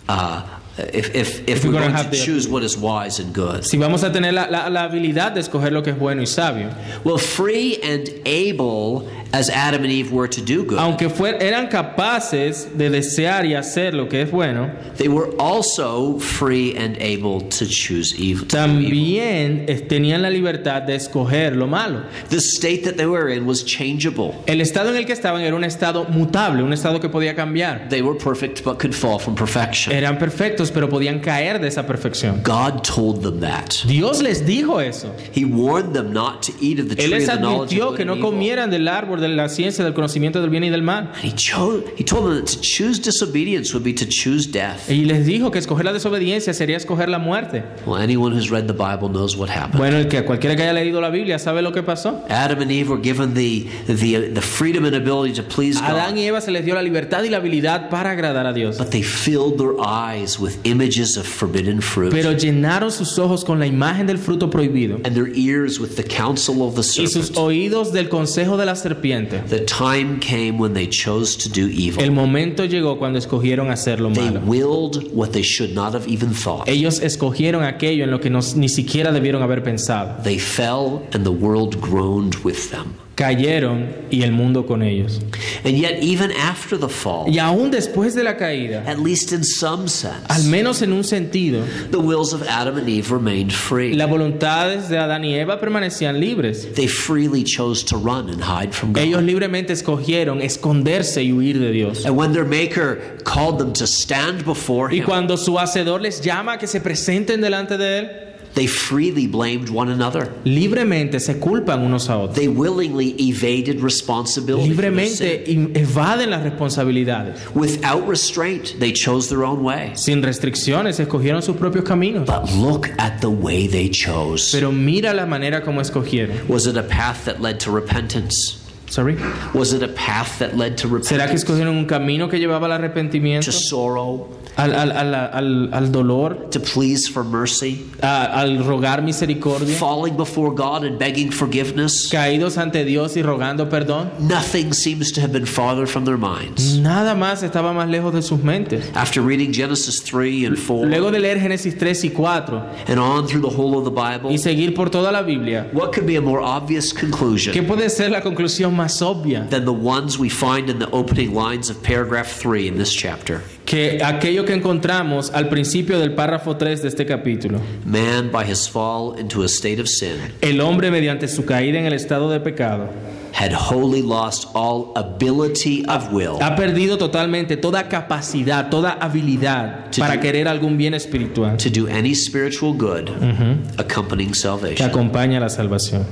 S1: Uh, if, if, if
S2: we're
S1: we're
S2: gonna
S1: going
S2: have
S1: to
S2: the-
S1: choose what is wise and good.
S2: Si vamos a tener la, la- la habilidad de escoger lo que es bueno y sabio.
S1: Well, free and able as Adam and Eve were to do good,
S2: Aunque fuer- eran capaces de desear y hacer lo que es bueno,
S1: they were also free and able to choose evil. To
S2: Um,
S1: do evil.
S2: también eh, tenían la libertad de escoger lo malo.
S1: The state that they were in was changeable.
S2: El estado en el que estaban era un estado mutable, un estado que podía cambiar.
S1: They were perfect but could fall from perfection.
S2: Eran perfectos, pero podían caer de esa perfección.
S1: God told them that.
S2: Dios les dijo eso.
S1: He warned them not to eat of the
S2: Él
S1: tree of
S2: les
S1: the knowledge of
S2: advirtió
S1: good
S2: que no
S1: and evil.
S2: comieran del árbol de la ciencia del conocimiento del bien y del mal.
S1: And he, chose, he told them that to choose disobedience would be to choose death.
S2: Y les dijo que escoger la desobediencia sería escoger la muerte.
S1: Well, anyone who's read the Bible knows what happened.
S2: Bueno, el que cualquiera que haya leído la Biblia sabe lo que pasó.
S1: Adam and Eve were given the, the, the freedom and ability to please
S2: A
S1: God.
S2: Adán y Eva se les dio la libertad y la habilidad para agradar a Dios.
S1: But they filled their eyes with images of forbidden fruit
S2: Pero llenaron sus ojos con la imagen del fruto prohibido
S1: and their ears with the counsel of the
S2: y sus
S1: serpent.
S2: oídos del consejo de la serpiente.
S1: The time came when they chose to do
S2: El
S1: evil.
S2: momento llegó cuando escogieron hacer lo
S1: They
S2: malo.
S1: willed what they should not have even thought.
S2: Ellos escogieron aquello en lo que nos- ni siquiera debieron haber pensado.
S1: They fell and the world groaned with them.
S2: cayeron y el mundo con ellos.
S1: And yet, even after the fall,
S2: Y aún después de la caída,
S1: at least in some
S2: al
S1: sense,
S2: menos en un sentido,
S1: the wills of Adam and Eve remained free.
S2: las voluntades de Adán y Eva permanecían libres.
S1: They freely chose to run and hide from
S2: Ellos
S1: God.
S2: libremente escogieron esconderse y huir de Dios.
S1: And when their Maker called them to stand before
S2: Y
S1: Him,
S2: cuando su hacedor les llama a que se presenten delante de él,
S1: they freely blamed one another.
S2: libremente se culpan unos a otros.
S1: They willingly evaded responsibility for their sin.
S2: Libremente in- evaden las responsabilidades.
S1: Without restraint, they chose their own way.
S2: Sin restricciones, escogieron sus propios caminos.
S1: But look at the way they chose.
S2: Pero mira la manera como escogieron.
S1: Was it a path that led to repentance?
S2: Sorry.
S1: Was it a path that led to
S2: ¿Será
S1: repentance?
S2: que escogieron un camino que llevaba al arrepentimiento,
S1: To sorrow,
S2: al, al- al- al- al dolor,
S1: to pleas for mercy,
S2: a- al rogar misericordia,
S1: falling before God and begging forgiveness?
S2: caídos ante Dios y rogando perdón?
S1: Nothing seems to have been farther from their minds.
S2: Nada más estaba más lejos de sus mentes.
S1: After reading Genesis 3 and 4
S2: Luego de leer Génesis 3 y 4
S1: and on through the whole of the Bible,
S2: y seguir por toda la Biblia,
S1: what could be a more obvious
S2: ¿qué
S1: conclusion
S2: puede ser la conclusión más obvia?
S1: than the ones we find in the opening lines of paragraph 3 in this chapter?
S2: Que aquello que encontramos al principio del párrafo 3 de este capítulo,
S1: Man, by his fall into a state of sin,
S2: el hombre mediante su caída en el estado de pecado
S1: had wholly lost all ability of will
S2: ha perdido totalmente toda capacidad, toda habilidad
S1: Sí,
S2: para
S1: sí.
S2: querer algún bien espiritual
S1: to do any spiritual good accompanying
S2: que
S1: salvation.
S2: acompaña la salvación.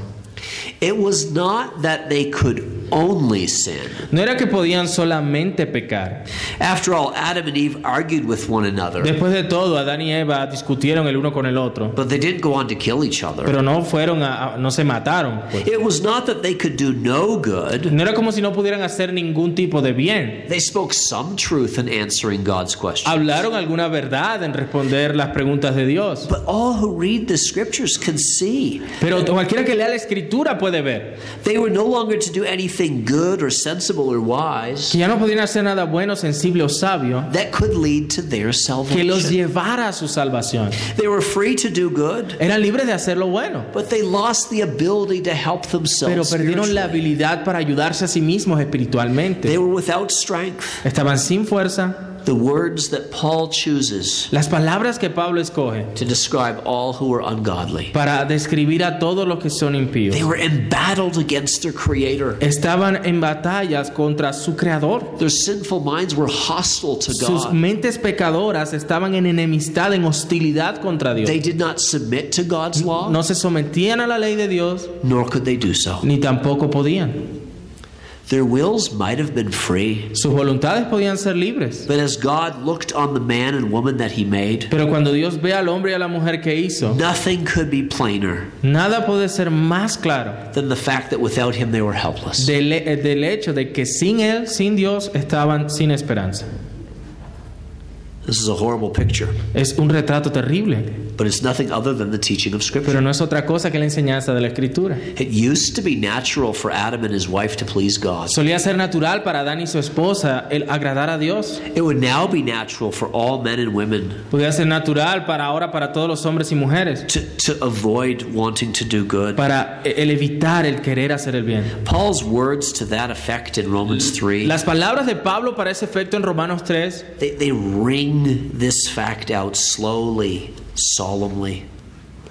S1: It was not that they could only sin.
S2: No era que podían solamente pecar.
S1: After all, Adam and Eve argued with one another,
S2: Después de todo, Adán y Eva discutieron el uno con el otro,
S1: but they didn't go on to kill each other.
S2: pero no fueron a, a- no se mataron. pues.
S1: It was not that they could do no good.
S2: No era como si no pudieran hacer ningún tipo de bien.
S1: They spoke some truth in answering God's question.
S2: Hablaron alguna verdad en responder las preguntas de Dios.
S1: But all who read the scriptures can see
S2: Pero cualquiera que lea la escritura puede ver
S1: they were no longer to do anything good or sensible or wise
S2: que ya no podían hacer nada bueno, sensible o sabio
S1: that could lead to their
S2: que los
S1: salvation.
S2: llevara a su salvación.
S1: They were free to do good,
S2: Eran libres de hacer lo bueno,
S1: but they lost the ability to help
S2: pero
S1: themselves.
S2: perdieron la
S1: spiritually.
S2: habilidad para ayudarse a sí mismos
S1: They
S2: espiritualmente.
S1: were without strength.
S2: Estaban sin fuerza.
S1: The words that Paul chooses
S2: Las palabras que Pablo escoge
S1: to describe all who were ungodly.
S2: para describir a todos los que son impíos
S1: They were embattled against their Creator.
S2: estaban en batallas contra su creador.
S1: Their sinful minds were hostile to
S2: Sus
S1: God.
S2: mentes pecadoras estaban en enemistad, en hostilidad contra Dios.
S1: They did not submit to God's law,
S2: No se sometían a la ley de Dios,
S1: nor could they do so.
S2: ni tampoco podían.
S1: Their wills might have been free,
S2: Sus voluntades podían ser libres.
S1: but as God looked on the man and woman that He made,
S2: Pero cuando Dios ve al hombre y a la mujer que hizo,
S1: nothing could be plainer
S2: nada puede ser más claro
S1: than the fact that without Him they were helpless.
S2: del, eh, del hecho de que sin Él, sin Dios, estaban sin esperanza.
S1: This is a horrible picture,
S2: Es un retrato terrible,
S1: but it's nothing other than the teaching of Scripture.
S2: pero no es otra cosa que la enseñanza de la Escritura.
S1: It used to be natural for Adam and his wife to please God.
S2: Solía ser natural para Adán y su esposa el agradar a Dios.
S1: It would now be natural for all men and women
S2: Podía ser natural para ahora para todos los hombres y mujeres,
S1: to, to avoid wanting to do good.
S2: para e-, el evitar el querer hacer el bien.
S1: Paul's words to that effect in Romans 3,
S2: Las palabras de Pablo para ese efecto en Romanos 3
S1: they, they wring this fact out slowly, solemnly.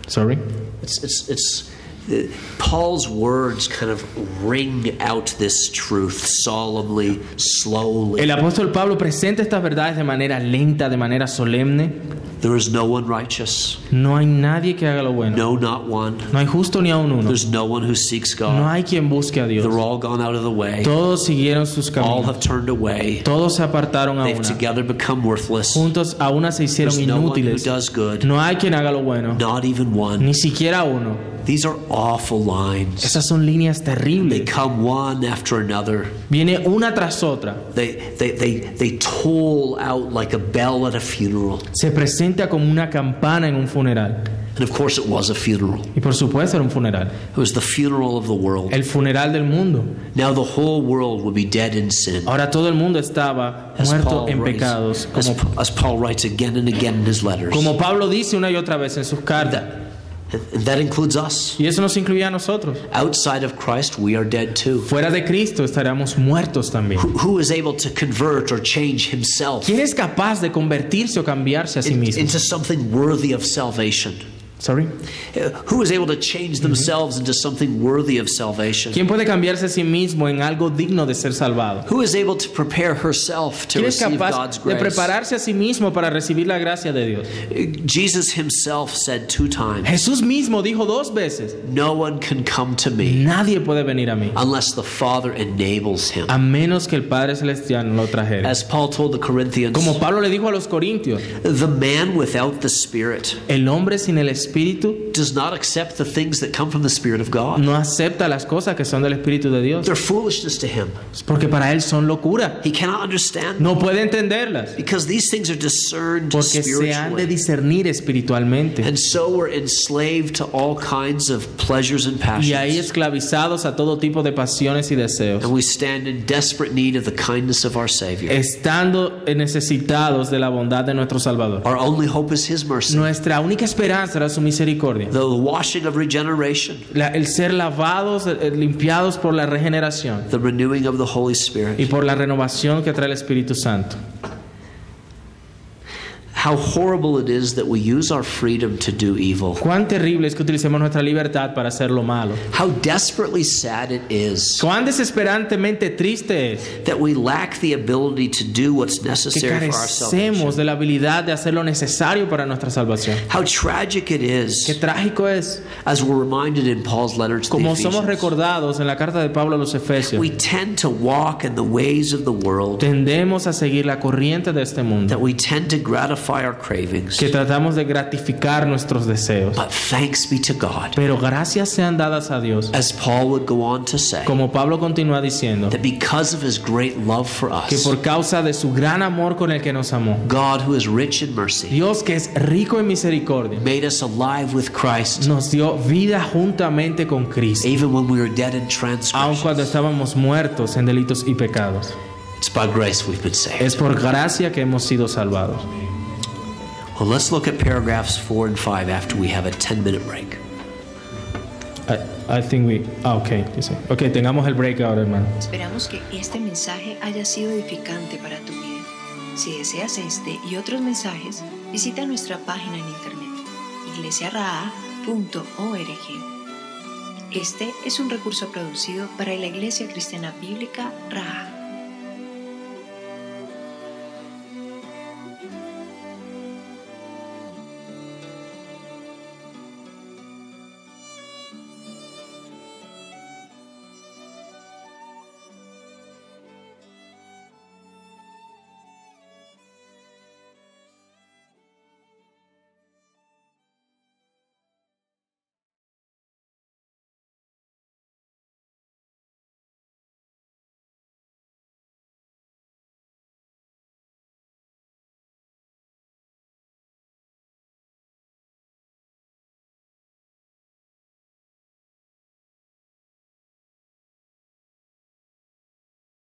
S2: sorry.
S1: It's, it's, it's, uh, Paul's words kind of ring out this truth solemnly, slowly.
S2: El apóstol Pablo presenta estas verdades de manera lenta, de manera solemne.
S1: There is no one righteous,
S2: No hay nadie que haga lo bueno.
S1: no, not one.
S2: No hay justo ni aún uno.
S1: There's no one who seeks
S2: No
S1: God.
S2: hay quien busque a Dios.
S1: They're all gone out of the way.
S2: Todos siguieron sus
S1: All
S2: caminos.
S1: have turned away.
S2: Todos se apartaron a
S1: They've
S2: una.
S1: together become worthless.
S2: Juntos a una se hicieron
S1: There's no one who
S2: inútiles.
S1: does good.
S2: No hay quien haga lo bueno.
S1: Not even one.
S2: Ni siquiera uno.
S1: These are awful lines.
S2: Esas son líneas
S1: They
S2: terribles.
S1: come one after another.
S2: Viene una tras otra.
S1: They, they, they, they toll out like a bell at a funeral.
S2: Se presenta como una campana en un funeral.
S1: And of course, it was a funeral.
S2: Y por supuesto era un funeral.
S1: It was the funeral of the world.
S2: El funeral del mundo.
S1: Now the whole world will be dead in sin.
S2: Ahora todo el mundo estaba
S1: As
S2: muerto
S1: Paul,
S2: en
S1: writes,
S2: pecados.
S1: as,
S2: Como,
S1: as Paul writes again and again in his letters.
S2: como Pablo dice una y otra vez en sus cartas.
S1: That, And that includes us.
S2: Y eso nos incluye a nosotros.
S1: Outside of Christ, we are dead too.
S2: Fuera de Cristo estaríamos muertos también.
S1: Who- Who is able to convert or change himself
S2: ¿Quién es capaz de convertirse o cambiarse a sí
S1: in-
S2: mismo?
S1: into something worthy of salvation?
S2: Sorry.
S1: Uh, Who is able to change
S2: Mm-hmm.
S1: themselves into something worthy of salvation?
S2: ¿Quién puede cambiarse a sí mismo en algo digno de ser salvado?
S1: Who is able to prepare herself to
S2: ¿Quién es
S1: receive God's
S2: capaz de
S1: grace?
S2: prepararse a sí mismo para recibir la gracia de Dios?
S1: Jesus himself said two times,
S2: Jesús mismo dijo dos veces,
S1: No one can come to me
S2: nadie puede venir a mí,
S1: unless the Father enables him.
S2: a menos que el Padre Celestial lo trajera.
S1: As Paul told the Corinthians,
S2: Como Pablo le dijo a los Corintios,
S1: the man without the Spirit
S2: el hombre sin el Espíritu
S1: does not accept the things that come from the Spirit of God.
S2: no acepta las cosas que son del Espíritu de Dios,
S1: They're foolishness to him.
S2: porque para él son locura.
S1: He cannot understand them
S2: No puede entenderlas,
S1: because these things are discerned
S2: porque se han de
S1: spiritually.
S2: discernir espiritualmente.
S1: And so we're enslaved to all kinds of pleasures and
S2: Y ahí
S1: passions.
S2: esclavizados a todo tipo de pasiones y deseos.
S1: And we stand in desperate need of the kindness of our Savior.
S2: estando necesitados de la bondad de nuestro Salvador.
S1: Our only hope is His mercy.
S2: Nuestra única esperanza era su misericordia,
S1: The washing of regeneration,
S2: La- el ser lavados, eh, limpiados por la regeneración
S1: the renewing of the Holy
S2: y
S1: Spirit.
S2: por la renovación que trae el Espíritu Santo.
S1: How horrible it is that we use our freedom to do evil.
S2: Cuán terrible es que utilicemos nuestra libertad para hacer lo malo.
S1: How desperately sad it is
S2: Cuán desesperantemente triste es
S1: that we lack the ability to do what's
S2: que
S1: necessary for our salvation.
S2: carecemos de la habilidad de hacer lo necesario para nuestra salvación.
S1: How tragic it
S2: Qué
S1: is,
S2: trágico es,
S1: as we're reminded in Paul's letter to the
S2: como somos
S1: Ephesians,
S2: recordados en la carta de Pablo a los Efesios,
S1: we tend to walk in the ways of the world,
S2: tendemos a seguir la corriente de este mundo.
S1: that we tend to gratify our cravings.
S2: que tratamos de gratificar nuestros deseos.
S1: But thanks be to God,
S2: Pero gracias sean dadas a Dios,
S1: as Paul would go on to say,
S2: como Pablo continúa diciendo,
S1: that because of his great love for
S2: que
S1: us,
S2: por causa de su gran amor con el que nos amó,
S1: God, who is rich in mercy,
S2: Dios que es rico en misericordia,
S1: made us alive with Christ,
S2: nos dio vida juntamente con Cristo,
S1: even when we were dead in
S2: aun cuando
S1: transgressions.
S2: estábamos muertos en delitos y pecados.
S1: It's by grace we've been saved.
S2: Es por gracia que hemos sido salvados.
S1: Well, let's look at paragraphs four and five after we have a 10 minute break.
S2: I, I think we- ah, okay, dice. Ok, tengamos el break ahora, hermano.
S5: Esperamos que este mensaje haya sido edificante para tu vida. Si deseas este y otros mensajes, visita nuestra página en internet iglesiaraa.org. Este es un recurso producido para la Iglesia Cristiana Bíblica Raha.